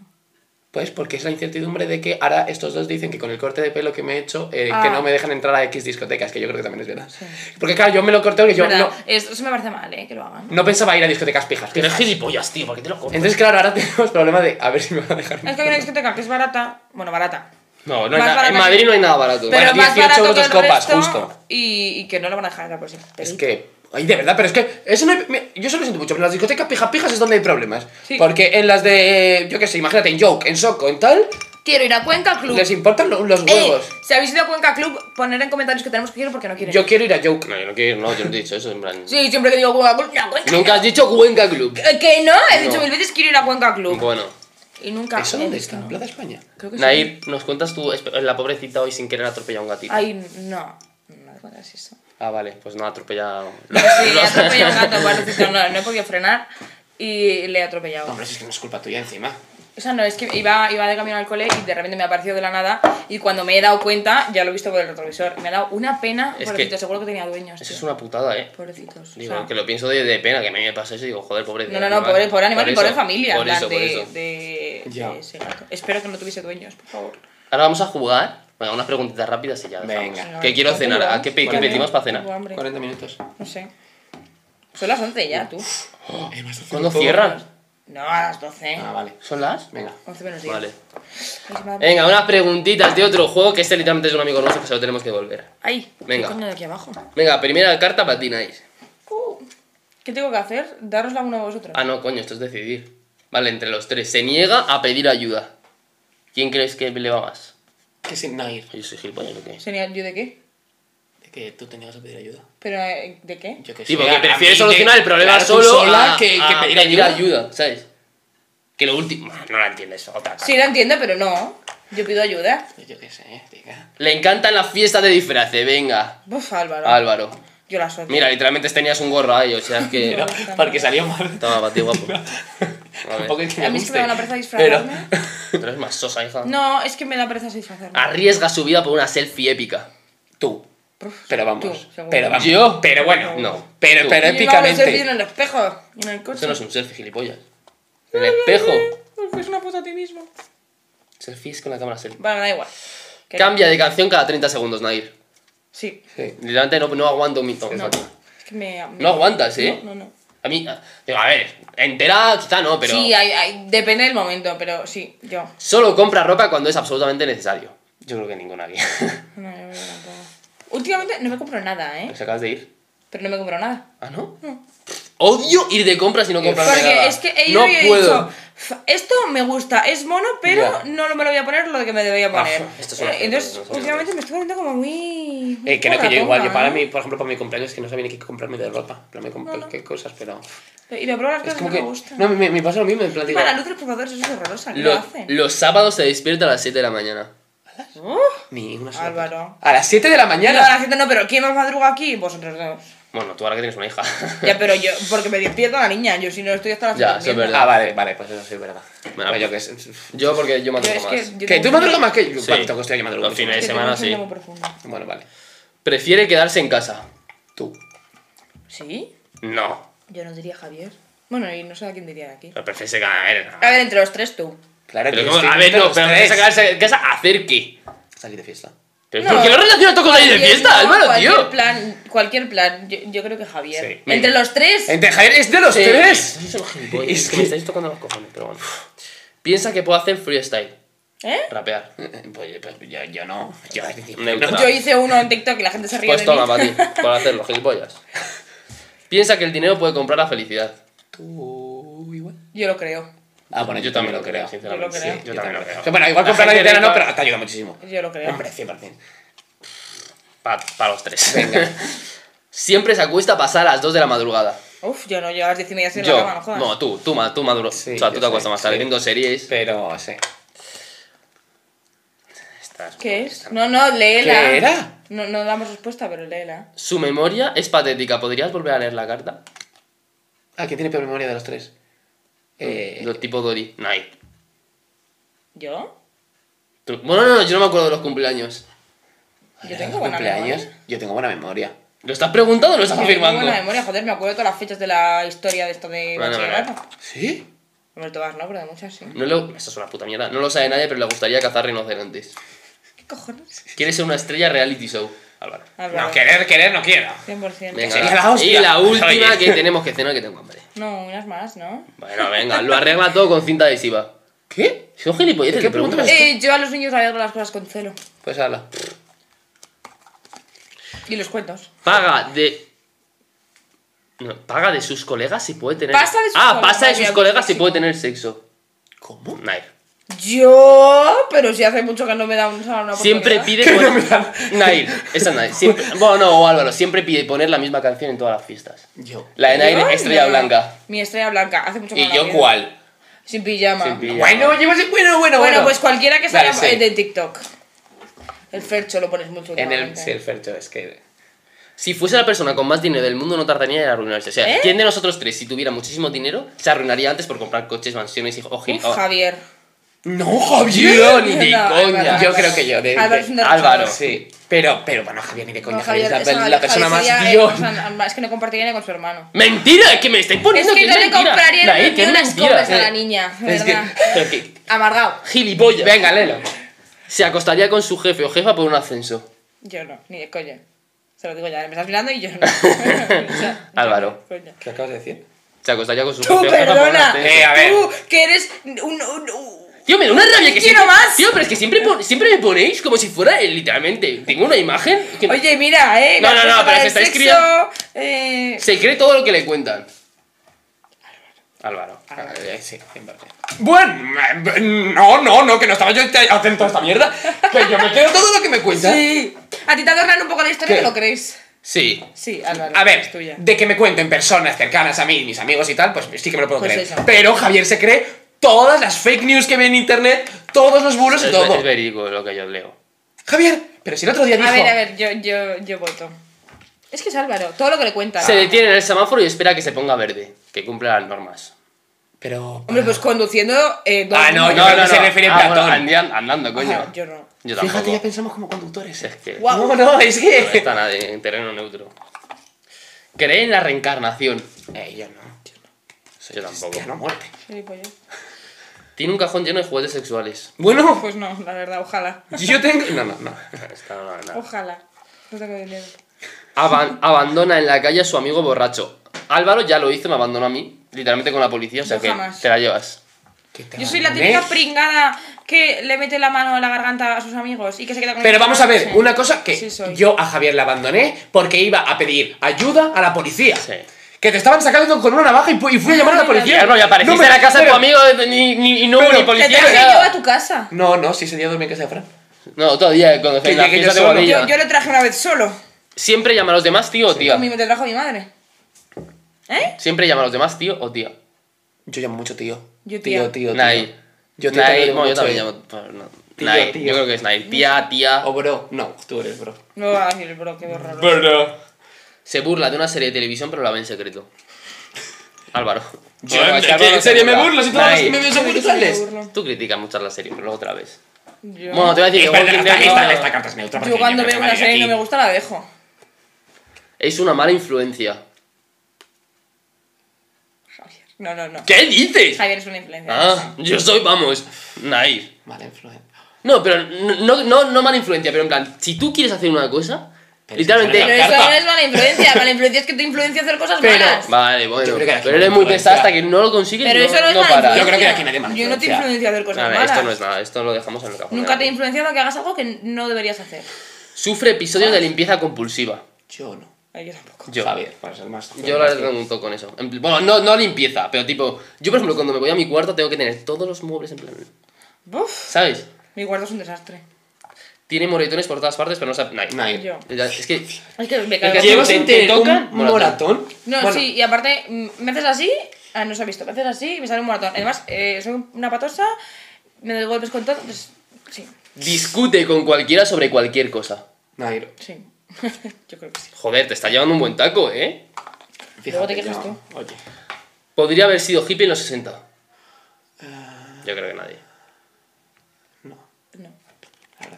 S1: Pues porque es la incertidumbre de que ahora estos dos dicen que con el corte de pelo que me he hecho, eh,
S2: Ah.
S1: que no me dejan entrar a X discotecas, que yo creo que también es verdad. Porque claro, yo me lo corté porque yo
S2: ¿Verdad?
S1: no,
S2: Esto se me parece mal, ¿eh? Que lo hagan.
S1: no pensaba ir a discotecas pijas.
S3: Pero es
S1: pijas.
S3: gilipollas, tío, ¿por qué te lo comes?
S1: Entonces, claro, ahora tenemos problema de a ver si me van a dejar.
S2: Es que hay una discoteca que es barata. Bueno, barata.
S3: Pues No, no
S2: Más
S3: hay nada- en
S2: barato
S3: Madrid
S2: que-
S3: no hay nada barato.
S2: Pero
S1: Bueno,
S2: más
S1: 18
S2: barato
S1: euros
S2: que
S1: dos
S2: el
S1: copas,
S2: resto
S1: justo.
S2: Y, y que no lo van a dejar entrar por siempre.
S1: Es que. Ay, de verdad, pero es que eso no hay- me- yo solo siento mucho, pero en las discotecas pija pijas es donde hay problemas.
S2: Sí.
S1: Porque en las de, yo qué sé, imagínate, en Joke, en Soco, en tal,
S2: Quiero ir a Cuenca Club.
S1: les importan lo- los
S2: Ey,
S1: huevos.
S2: si habéis ido a Cuenca Club, poner en comentarios que tenemos que ir porque no quieren
S1: Yo
S2: ir.
S1: quiero ir a Joke.
S3: No, yo no quiero, no, yo no te he dicho eso, en plan.
S2: Sí, siempre que digo Cuenca Club, no, Cuenca
S3: Nunca has dicho Cuenca Club.
S2: Eh, Que no, he dicho
S3: No.
S2: mil veces quiero ir a Cuenca Club.
S3: Bueno,
S2: Y nunca.
S1: ¿Eso
S2: he
S1: dónde
S2: dicho
S1: está?
S2: no.
S1: ¿En Plaza España?
S2: Creo que Pues sí.
S3: Nair, ¿nos cuentas tú? espe- La pobrecita hoy sin querer atropella a un gatito.
S2: Ay, no. No me cuentas eso.
S3: Ah, vale, pues no, atropella.
S2: No, sí, he atropellado a un gato, pobrecito, no, no he podido frenar y le he atropellado.
S1: Hombre, si es que no es culpa tuya encima.
S2: O sea, no, es que iba, iba de camino al cole y de repente me ha aparecido de la nada y cuando me he dado cuenta, ya lo he visto por el retrovisor, me ha dado una pena,
S3: Es
S2: pobrecito,
S3: que-
S2: seguro que tenía dueños.
S3: Eso
S2: tío.
S3: es una putada, eh.
S2: Pobrecitos. o
S3: Digo,
S2: sea.
S3: que lo pienso de, de pena, que a mí me pasa eso y digo, joder, pobre
S2: No, no, no, pobre, pobre animal y pobre familia.
S3: Por
S2: en plan
S3: eso,
S2: de,
S3: por eso.
S2: de-
S1: Ya.
S2: de ese gato. Espero que no tuviese dueños, por favor.
S3: Ahora vamos a jugar. Venga, unas preguntitas rápidas y ya. dejamos.
S1: Venga.
S3: Que quiero cenar. ¿A qué, pe- qué
S2: Vale.
S3: pedimos para
S2: Tengo
S3: cenar?
S2: hambre.
S1: 40 minutos.
S2: No sé. Son las 11 ya, tú.
S1: Oh,
S3: ¿Cuándo cierran?
S2: No, a las 12.
S1: Eh, Ah, vale.
S3: ¿Son las?
S1: Venga.
S2: 11 menos 10.
S3: Vale. Eh,
S2: Ay, se me da-
S3: Venga, unas preguntitas de otro juego que este literalmente es un amigo nuestro que se lo tenemos que volver.
S2: Ay,
S3: Venga.
S2: ¿qué coño de aquí abajo?
S3: Venga, primera carta para ti, Nice.
S2: ¿Qué tengo que hacer? Darosla uno a vosotros.
S3: Ah, no, coño, esto es decidir. Vale, entre los tres. Se niega a pedir ayuda. ¿Quién crees que le va más?
S1: Que sin Nair.
S3: Yo soy gilipollas, ¿o qué?
S2: ¿Sería yo de qué?
S1: Que tú tenías que pedir ayuda.
S2: ¿Pero eh, de qué?
S1: Yo que
S3: Sí,
S1: sé,
S3: porque
S1: a- a mí
S3: prefieres solucionar
S1: que-
S3: el problema
S1: claro, tú
S3: solo
S1: sola
S3: a,
S1: que, que
S3: a
S1: pedir ayuda.
S3: ¿sabes? Que lo último... No la entiendes, otra cosa.
S2: Sí, lo entiendo, pero no. Yo pido ayuda.
S1: Yo qué sé, diga.
S3: Le encantan las fiestas de disfraces, venga.
S2: Buf, Álvaro.
S3: Álvaro.
S2: Yo la soy.
S3: Mira, literalmente tenías un gorro ahí, o sea es que...
S1: Pero, porque salió mal.
S3: Toma, para ti, guapo.
S1: Tampoco es que
S2: A
S1: me
S2: mí es
S1: guste.
S2: que me da una pereza
S1: Pero
S2: disfrazarme.
S3: Pero es más sosa, hija.
S2: No, es que me da pereza disfrazarme.
S3: Arriesga su vida por una selfie épica.
S1: tú. Pero vamos.
S2: Tú, seguro.
S1: pero vamos.
S3: ¿Yo?
S1: Pero bueno.
S3: No.
S1: Pero,
S3: Tú.
S1: pero
S2: Y yo hago los selfies en
S1: épicamente.
S2: el espejo y en el coche.
S3: Eso no es un selfie, gilipollas. El espejo.
S2: Porque es una foto a ti mismo.
S3: Selfies con la cámara selfie.
S2: Vale, da igual. Que-
S3: Cambia de canción cada 30 segundos, Nair.
S2: Sí.
S1: Sí.
S3: Literalmente no, no aguanto un mito.
S2: No. Es que me.
S3: No aguantas, ¿eh?
S2: No, no, no.
S3: A mí, digo, a ver, entera quizá no, pero
S2: Sí, hay, hay- depende del momento, pero sí, yo.
S3: solo compra ropa cuando es absolutamente necesario. Yo creo que ninguna aquí.
S2: No, yo creo que tampoco. Últimamente no me compro nada, ¿eh?
S3: ¿Nos acabas de ir?
S2: Pero no me compro nada.
S3: ¿Ah, no? Odio ir de compras y no comprar nada.
S2: Porque es que he ido
S3: no
S2: y he
S3: puedo.
S2: dicho, "F- esto me gusta, es mono, pero
S1: Ya.
S2: no lo- me lo voy a poner lo que me debería
S3: Ah,
S2: poner.
S3: esto es una
S2: Eh, Entonces,
S3: gilipollas, no sé.
S2: últimamente me estoy poniendo como muy...
S1: Eh, creo que yo
S2: guardatonga,
S1: igual, yo para
S2: ¿eh?
S1: mí, por ejemplo, para mi cumpleaños, que no sabía ni qué comprarme de ropa. No me compré qué cosas, pero.
S2: Y me pruebo
S1: Es
S2: las cosas que
S1: como
S2: no
S1: que.
S2: me gustan.
S1: No, me, me pasa lo mismo, en plan, digo.
S2: Para la luz de los probadores es horrorosa, ¿qué
S3: Lo-
S2: lo hacen?
S3: los sábados se despierta a las 7 de la mañana.
S2: Uh,
S1: Ni una sola.
S2: Álvaro.
S1: A las 7 de la
S2: no, la
S1: mañana.
S2: gente no, pero ¿quién más madruga aquí? Vosotros dos.
S3: Bueno, tú ahora que tienes una hija.
S2: Ya, pero yo, porque me despierta la niña, yo si no estoy hasta las
S3: Ya,
S2: siete
S3: eso es
S2: durmiendo.
S3: verdad.
S1: Ah, vale, vale, pues eso sí es verdad.
S3: Bueno,
S1: Bueno, yo que
S3: pues-
S1: es.
S3: Yo porque yo
S2: Yo
S3: madrugo
S2: es
S3: más.
S2: que yo
S1: ¿Que
S2: tengo
S1: tú
S2: un-
S1: madrugas más que yo?
S3: Sí.
S1: Vale, tengo que estoy aquí madrugando.
S3: Los fines
S2: que
S3: de
S2: tengo
S3: semana
S2: un
S3: sí.
S2: sueño muy profundo.
S1: Bueno, vale.
S3: Prefiere quedarse en casa.
S1: Tú.
S2: ¿Sí?
S3: No.
S2: Yo no diría Javier. Bueno, y no sé a quién diría aquí.
S3: Pero prefiere quedarse
S2: A ver, entre los tres tú.
S1: Claro que
S3: Pero
S1: yo
S3: ¿cómo?
S1: estoy
S3: A ver,
S1: entre
S3: no,
S1: los
S3: pero
S1: tres.
S3: prefiere quedarse en casa a hacer qué.
S1: Salir de fiesta.
S3: Pero
S2: No.
S3: ¿Por qué lo relaciona todo con la idea de
S2: Cualquier-
S3: fiesta,
S2: no,
S3: Álvaro,
S2: cualquier
S3: tío?
S2: Plan, cualquier plan, yo, yo creo que Javier.
S1: Sí,
S3: mira.
S2: entre los tres.
S1: Entre Javier es de los
S3: Sí,
S1: tres.
S3: sois unos gilipollas,
S1: Es
S3: es que
S1: que-
S3: me estáis tocando los cojones, pero bueno. Piensa que puedo hacer freestyle,
S2: ¿Eh?
S3: rapear.
S1: Pues, pues yo, yo no. Yo,
S3: Neutral.
S2: Yo hice uno en TikTok y la gente se ríe
S3: Pues
S2: de
S3: toma,
S2: mí.
S3: para ti, para hacerlo, gilipollas. Piensa que el dinero puede comprar la felicidad.
S1: Tú igual.
S2: Yo lo creo.
S1: Ah, bueno, yo también lo creo.
S3: sinceramente.
S2: Yo lo creo.
S3: Sí, yo también lo creo.
S1: O sea, Bueno, igual comprar la
S3: gente
S1: guitarra no,
S3: rica-
S1: pero te ayuda muchísimo.
S2: Yo lo creo.
S1: Hombre, 100%.
S3: Para los tres.
S1: Venga.
S3: Siempre se acuesta a pasar a las 2 de la madrugada.
S2: Uf, yo no, yo a las diez y media estoy en la
S3: Yo,
S2: cama, no jodas.
S3: no, tú, tú, ma- tú maduro.
S1: Sí,
S3: o sea,
S1: yo
S3: tú te acuestas
S1: sé,
S3: más tarde
S1: sí.
S3: viendo series.
S1: Pero sí.
S3: Estas-
S2: ¿Qué es?
S3: estas-
S2: No, no, léela.
S1: ¿Qué era?
S2: No, no damos respuesta, pero léela.
S3: Su memoria es patética. ¿Podrías volver a leer la carta?
S1: Ah, ¿quién tiene peor memoria de los tres? Eh,
S3: Lo tipo Dory. Nay.
S2: ¿Yo?
S3: Tú- Bueno, no, no, yo no me acuerdo de los cumpleaños.
S2: Yo tengo buena
S1: cumpleaños.
S2: memoria.
S1: Yo tengo buena memoria.
S3: ¿Lo estás preguntando o lo estás
S2: Yo tengo
S3: afirmando?
S2: buena memoria, joder, me acuerdo de todas las fechas de la historia de esto de
S3: Bueno,
S2: bachillerato.
S1: ¿Sí?
S2: Hombre, todas no, pero de muchas
S1: Mm.
S2: sí.
S3: No lo... Eso es una puta mierda. No lo sabe nadie, pero le gustaría cazar rinocerontes.
S2: ¿Qué cojones?
S3: Quiere ser una estrella reality show, Álvaro.
S2: Álvaro,
S1: querer, querer no quiero.
S2: 100%.
S3: Venga,
S1: Sería la hostia.
S3: Y la última
S1: Oye.
S3: que tenemos que cenar, que tengo hambre.
S2: No, unas más, ¿no?
S3: Bueno, venga, lo arregla todo con cinta adhesiva.
S1: ¿Qué?
S3: Son gilipolleces,
S1: ¿Qué
S3: te pregunto.
S1: preguntas?
S2: Eh, yo a los niños les las cosas con celo.
S1: Pues hala.
S2: Y los cuentos.
S3: Paga de. No, paga de sus colegas si puede tener.
S2: Pasa de sus
S3: ah,
S2: colegas,
S3: pasa de
S2: había
S3: sus colegas si
S2: muchísimo.
S3: puede tener sexo.
S1: ¿Cómo?
S3: Nair.
S2: Yo, pero si hace mucho que no me da un- una
S3: Siempre
S2: oportunidad.
S3: pide. poner... Nair, esa es Nair. Siempre... Bueno, no, o Álvaro, siempre pide poner la misma canción en todas las fiestas.
S1: Yo.
S3: La de Nair,
S2: Yo
S3: Estrella
S2: no.
S3: Blanca.
S2: Mi estrella blanca, hace mucho que no
S1: ¿Y
S2: la
S1: yo
S2: pido.
S1: cuál?
S2: Sin pijama.
S3: Sin pijama.
S1: Bueno, llevo así. Bueno, bueno,
S2: Bueno,
S1: bueno.
S2: pues cualquiera que salga
S1: Vale, sí.
S2: eh, de TikTok. El Fercho lo pones mucho.
S1: En el.
S2: últimamente.
S1: Sí, el Fercho, es que.
S3: Si fuese la persona con más dinero del mundo, no tardaría en arruinarse. O sea,
S2: ¿Eh?
S3: ¿quién de nosotros tres, si tuviera muchísimo dinero, se arruinaría antes por comprar coches, mansiones y. oh, o gil-
S2: Uf,
S3: o-
S2: Javier.
S1: ¡No,
S3: Yo
S1: Javier!
S3: ni de
S2: No,
S3: coña.
S2: Álvaro,
S1: Yo creo que yo. De,
S2: Álvaro
S1: de-
S2: es un derrochador.
S3: Álvaro.
S1: Sí. Pero, pero bueno, Javier ni de coña.
S2: No,
S1: Javier,
S2: Javier,
S1: es la,
S2: eso,
S1: la persona
S2: Javier
S1: más
S2: sería, eh,
S1: Dios.
S2: o sea, es que no compartiría ni con su hermano.
S3: ¡Mentira! ¡Que me estáis
S2: Es
S3: poniendo!
S2: que no
S3: es
S2: le
S3: mentira!
S2: compraría
S3: Nair,
S2: ni
S3: que es
S2: unas
S3: mentira.
S2: compras a la
S3: Eh,
S2: niña,
S1: es que-
S2: ¿verdad?
S3: pero que-
S2: Amargado.
S3: ¡Gilipollas!
S1: Venga, léelo.
S3: Se acostaría con su jefe o jefa por un ascenso.
S2: Yo no, ni de coña. Se lo digo ya, me estás mirando y yo no. O sea,
S3: Álvaro.
S2: coña.
S1: ¿Qué acabas de decir?
S3: Se acostaría con su
S2: Tú,
S3: jefe o jefa por un
S2: perdona.
S3: ascenso.
S1: Eh, a ver.
S2: Tú, que eres un... un- un-
S3: Tío, me da una rabia que
S2: Quiero
S3: siempre-
S2: más.
S3: Tío, pero es que siempre, pon- siempre me ponéis como si fuera, eh, literalmente, tengo una imagen que
S2: Oye, mira, eh.
S3: No,
S2: la
S3: no, no,
S2: cosa
S3: pero
S2: para
S3: se
S2: el
S3: está
S2: sexo,
S3: escribiendo-
S2: eh,
S3: se cree todo lo que le cuentan. Álvaro.
S1: Ah, eh, sí, 100%. Bueno, eh, no, no, no, que no estaba yo atento a esta mierda. Que yo me quedo todo lo que me cuentan.
S2: Sí. A ti te adornan un poco la historia,
S1: ¿Qué?
S2: ¿te lo creéis?
S3: Sí.
S2: Sí, Álvaro.
S1: A
S2: es tuya.
S1: ver, de que me cuenten personas cercanas a mí, mis amigos y tal, pues sí que me lo puedo
S2: Pues
S1: creer.
S2: eso.
S1: Pero Javier se cree todas las fake news que ve en internet, todos los bulos y
S3: Es,
S1: todo.
S3: es verídico lo que yo leo.
S1: Javier, pero si el otro día dijo.
S2: A ver, a ver, yo, yo, yo voto. Es que es Álvaro, todo lo que le cuentan.
S3: Se detiene en el semáforo y espera que se ponga verde, que cumpla las normas.
S1: Pero.
S2: Hombre, pues conduciendo. Eh, dos-
S1: Ah, no, yo creo que se refiere a
S3: Ah, bueno,
S1: Platón.
S3: andian- andando, coño.
S2: Ajá, yo no.
S3: Yo tampoco.
S1: Fíjate, ya pensamos como conductores.
S3: Es que
S2: Guau.
S1: No, no, es
S3: no
S1: que.
S3: está nadie en terreno neutro. Cree en la reencarnación.
S1: Eh, yo no.
S3: Yo tampoco.
S1: Cristiano muerte.
S2: Sí, pues yo.
S3: Tiene un cajón lleno de juguetes sexuales.
S1: Bueno,
S2: Pues no, la verdad, ojalá.
S1: yo tengo. No, no, no.
S3: Esta no vale nada.
S2: Ojalá. No tengo dinero.
S3: Aban- abandona en la calle a su amigo borracho. Álvaro ya lo hizo, me abandonó a mí. Literalmente con la policía, o sea
S2: Yo
S3: que
S2: jamás.
S3: te la llevas.
S1: Que te
S2: Yo soy la
S1: ¿eh?
S2: típica pringada que le mete la mano a la garganta a sus amigos y que se queda con
S1: Pero
S2: el-
S1: vamos a ver,
S2: Sí.
S1: una cosa que
S2: Sí, soy.
S1: yo a Javier la abandoné porque iba a pedir ayuda a la policía.
S3: Sí.
S1: Que te estaban sacando con una navaja y, pu- y fui a llamar a la policía.
S3: Claro, y apareciste
S1: No me-
S3: en la casa de tu
S1: pero-
S3: amigo eh, ni, ni, y no
S1: Pero-
S3: hubo ni
S2: Te
S3: policía
S2: traje
S3: ni
S2: yo a
S3: nada.
S2: tu casa.
S1: No, no, si ese día dormí en casa de Fran.
S3: No, todavía cuando
S1: Que
S3: en la
S1: llegué yo
S3: fiesta de
S1: solo.
S3: Bonilla.
S2: Yo, yo lo traje una vez solo.
S3: Siempre llama a los demás tío o tía.
S2: A mí me te trajo mi madre. ¿Eh?
S3: Siempre llama a los demás tío o tía.
S1: Yo llamo mucho tío. Tío,
S2: Yo tía.
S1: tío, tío.
S3: Nay.
S1: Yo tío
S3: Nay,
S1: también
S3: bueno, yo
S1: mucho.
S3: también llamo. pero no.
S1: Tío,
S3: Nay,
S1: tío.
S3: yo creo que es Nay. Tía, tía.
S1: O Oh, bro. No, tú eres bro.
S2: No va a decir, bro, qué horror.
S1: Bro.
S3: Se burla de una serie de televisión, pero la ve en secreto. Álvaro.
S1: Yo,
S3: Bueno,
S1: ¿de
S3: es que
S1: qué
S3: Álvaro no se
S1: serie me
S3: burla.
S1: burlo si todas
S3: Nay.
S1: las- me ves
S2: Yo
S1: brutales?
S3: Tú criticas mucho la serie, pero luego otra vez.
S2: Yo-
S3: Bueno, te voy a decir que
S1: Espérate,
S3: Walking
S1: esta-
S3: Dead
S1: esta-
S3: no-
S1: esta carta es neutra, porque
S2: Yo cuando
S1: ya
S2: veo
S1: me
S2: una
S1: voy
S2: serie y no
S1: aquí.
S2: me gusta la dejo.
S3: es una mala influencia.
S2: Javier. No, no, no.
S3: ¿Qué dices?
S2: Javier es una influencia.
S3: Ah, yo soy, vamos, Nair.
S1: Mala influencia.
S3: No, pero no, no, no, no mala influencia, pero en plan, si tú quieres hacer una cosa,
S1: Pero
S3: literalmente.
S1: si
S2: Pero
S1: la
S2: eso
S1: carta.
S2: no es mala influencia. Mala influencia es que te influencia a hacer cosas
S1: Pero-
S2: malas.
S3: Vale,
S1: Yo
S3: bueno.
S1: creo que la
S3: Pero eres
S1: gente
S3: muy
S1: influencia.
S3: pesada hasta que no lo consigues.
S2: Pero eso no es mala
S3: paras.
S1: Yo
S2: influencia.
S1: creo que aquí nadie mala
S2: Yo no te
S1: influencia.
S2: influencio a hacer cosas
S3: A ver,
S2: malas.
S3: esto no es nada, esto lo dejamos en el cajón.
S2: Nunca te he
S3: influencia.
S2: influenciado a que hagas algo que no deberías hacer.
S3: Sufre episodios de limpieza compulsiva.
S1: Yo no.
S2: Ay, yo tampoco.
S3: Yo.
S1: Javier, para ser más.
S3: Yo la verdad tengo un toque con eso. En pl- Bueno, no, no limpieza, pero tipo, yo por ejemplo cuando me voy a mi cuarto tengo que tener todos los muebles en plan,
S2: Uf,
S3: ¿sabes?
S2: mi guardo es un desastre.
S3: Tiene moretones por todas partes, pero no sabe. Nike.
S1: Nay.
S2: Yo.
S3: Ya, Es que
S2: Es que me
S3: Es
S2: cago.
S3: que
S1: Llevo
S3: te-
S1: sin
S3: te
S1: tener un
S3: tocan, moratón.
S1: moratón.
S2: No,
S1: Bueno,
S2: sí, y aparte, mm, me haces así, ah, no se ha visto, me haces así y me sale un moratón. Además, eh, soy una patosa, me doy golpes con todo, pues sí,
S3: discute con cualquiera sobre cualquier cosa.
S1: Nairo.
S2: sí. Yo creo que sí.
S3: Joder, te está llevando un buen taco, ¿eh?
S1: Fíjate,
S2: Luego te quejas
S1: ya.
S2: tú.
S1: Oye.
S3: Podría haber sido hippie en los 60.
S1: Eh.
S3: Yo creo que nadie.
S2: No.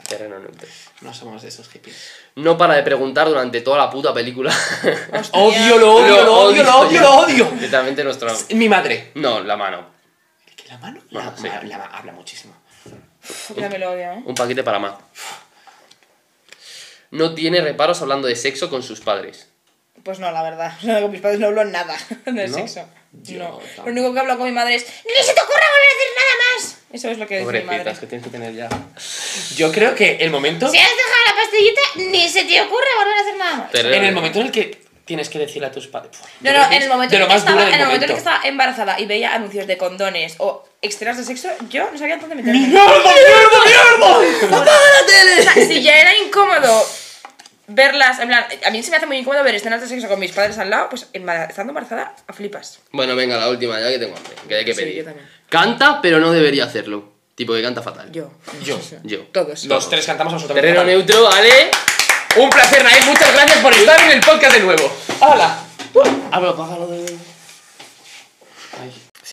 S3: Terreno neutro.
S1: No somos de esos hippies.
S3: No para de preguntar durante toda la puta película.
S2: Hostia.
S1: Odio, lo odio, lo odio, lo odio, lo odio.
S3: Literalmente nuestro.
S1: Mi madre.
S3: No, la mano.
S1: ¿Que ¿La mano? La,
S3: Bueno, sí.
S1: ma- la ma- habla muchísimo.
S2: Uf, ya me lo odio, ¿eh?
S3: Un paquete para más. No tiene reparos hablando de sexo con sus padres.
S2: Pues no, la verdad. Con mis padres no hablo nada del
S3: ¿No?
S2: sexo.
S1: Yo
S2: no.
S1: tampoco.
S2: Lo único que hablo con mi madre es.
S4: ¡Ni se te ocurra volver a hacer nada más!
S2: Eso es lo que dice mi madre.
S3: Pobrecitas, que tienes que tener ya.
S1: Yo creo que el momento.
S4: Si has dejado la pastillita, ni se te ocurra volver a hacer nada más.
S3: Terreno
S1: En el
S3: neutro.
S1: momento en el que tienes que decirle a tus padres. Puf,
S2: No,
S1: yo creo
S2: no,
S1: que
S2: en
S1: es
S2: el momento
S1: de
S2: en
S1: lo
S2: el que
S1: más duro
S2: estaba,
S1: del
S2: en el momento en el que
S1: momento.
S2: estaba embarazada y veía anuncios de condones o escenas de sexo, yo no sabía dónde meterme.
S1: ¡Mierda, mierda, mierda!
S2: O sea, si ya era incómodo verlas, en plan, a mí se me hace muy incómodo ver escenas de sexo con mis padres al lado, pues embara- estando embarazada, a flipas.
S3: Bueno, venga, la última, ya que tengo hambre. Que hay que
S2: Sí,
S3: pedir.
S2: yo también.
S3: Canta, pero no debería hacerlo. Tipo que canta fatal.
S2: Yo.
S1: Yo.
S3: Yo.
S2: Todos.
S1: Los tres cantamos absolutamente.
S3: Terreno
S1: fatal.
S3: neutro, Ale.
S1: Un placer, Nair. Muchas gracias por estar en el podcast de nuevo. ¡Hola!
S3: Hablo, pájalo de.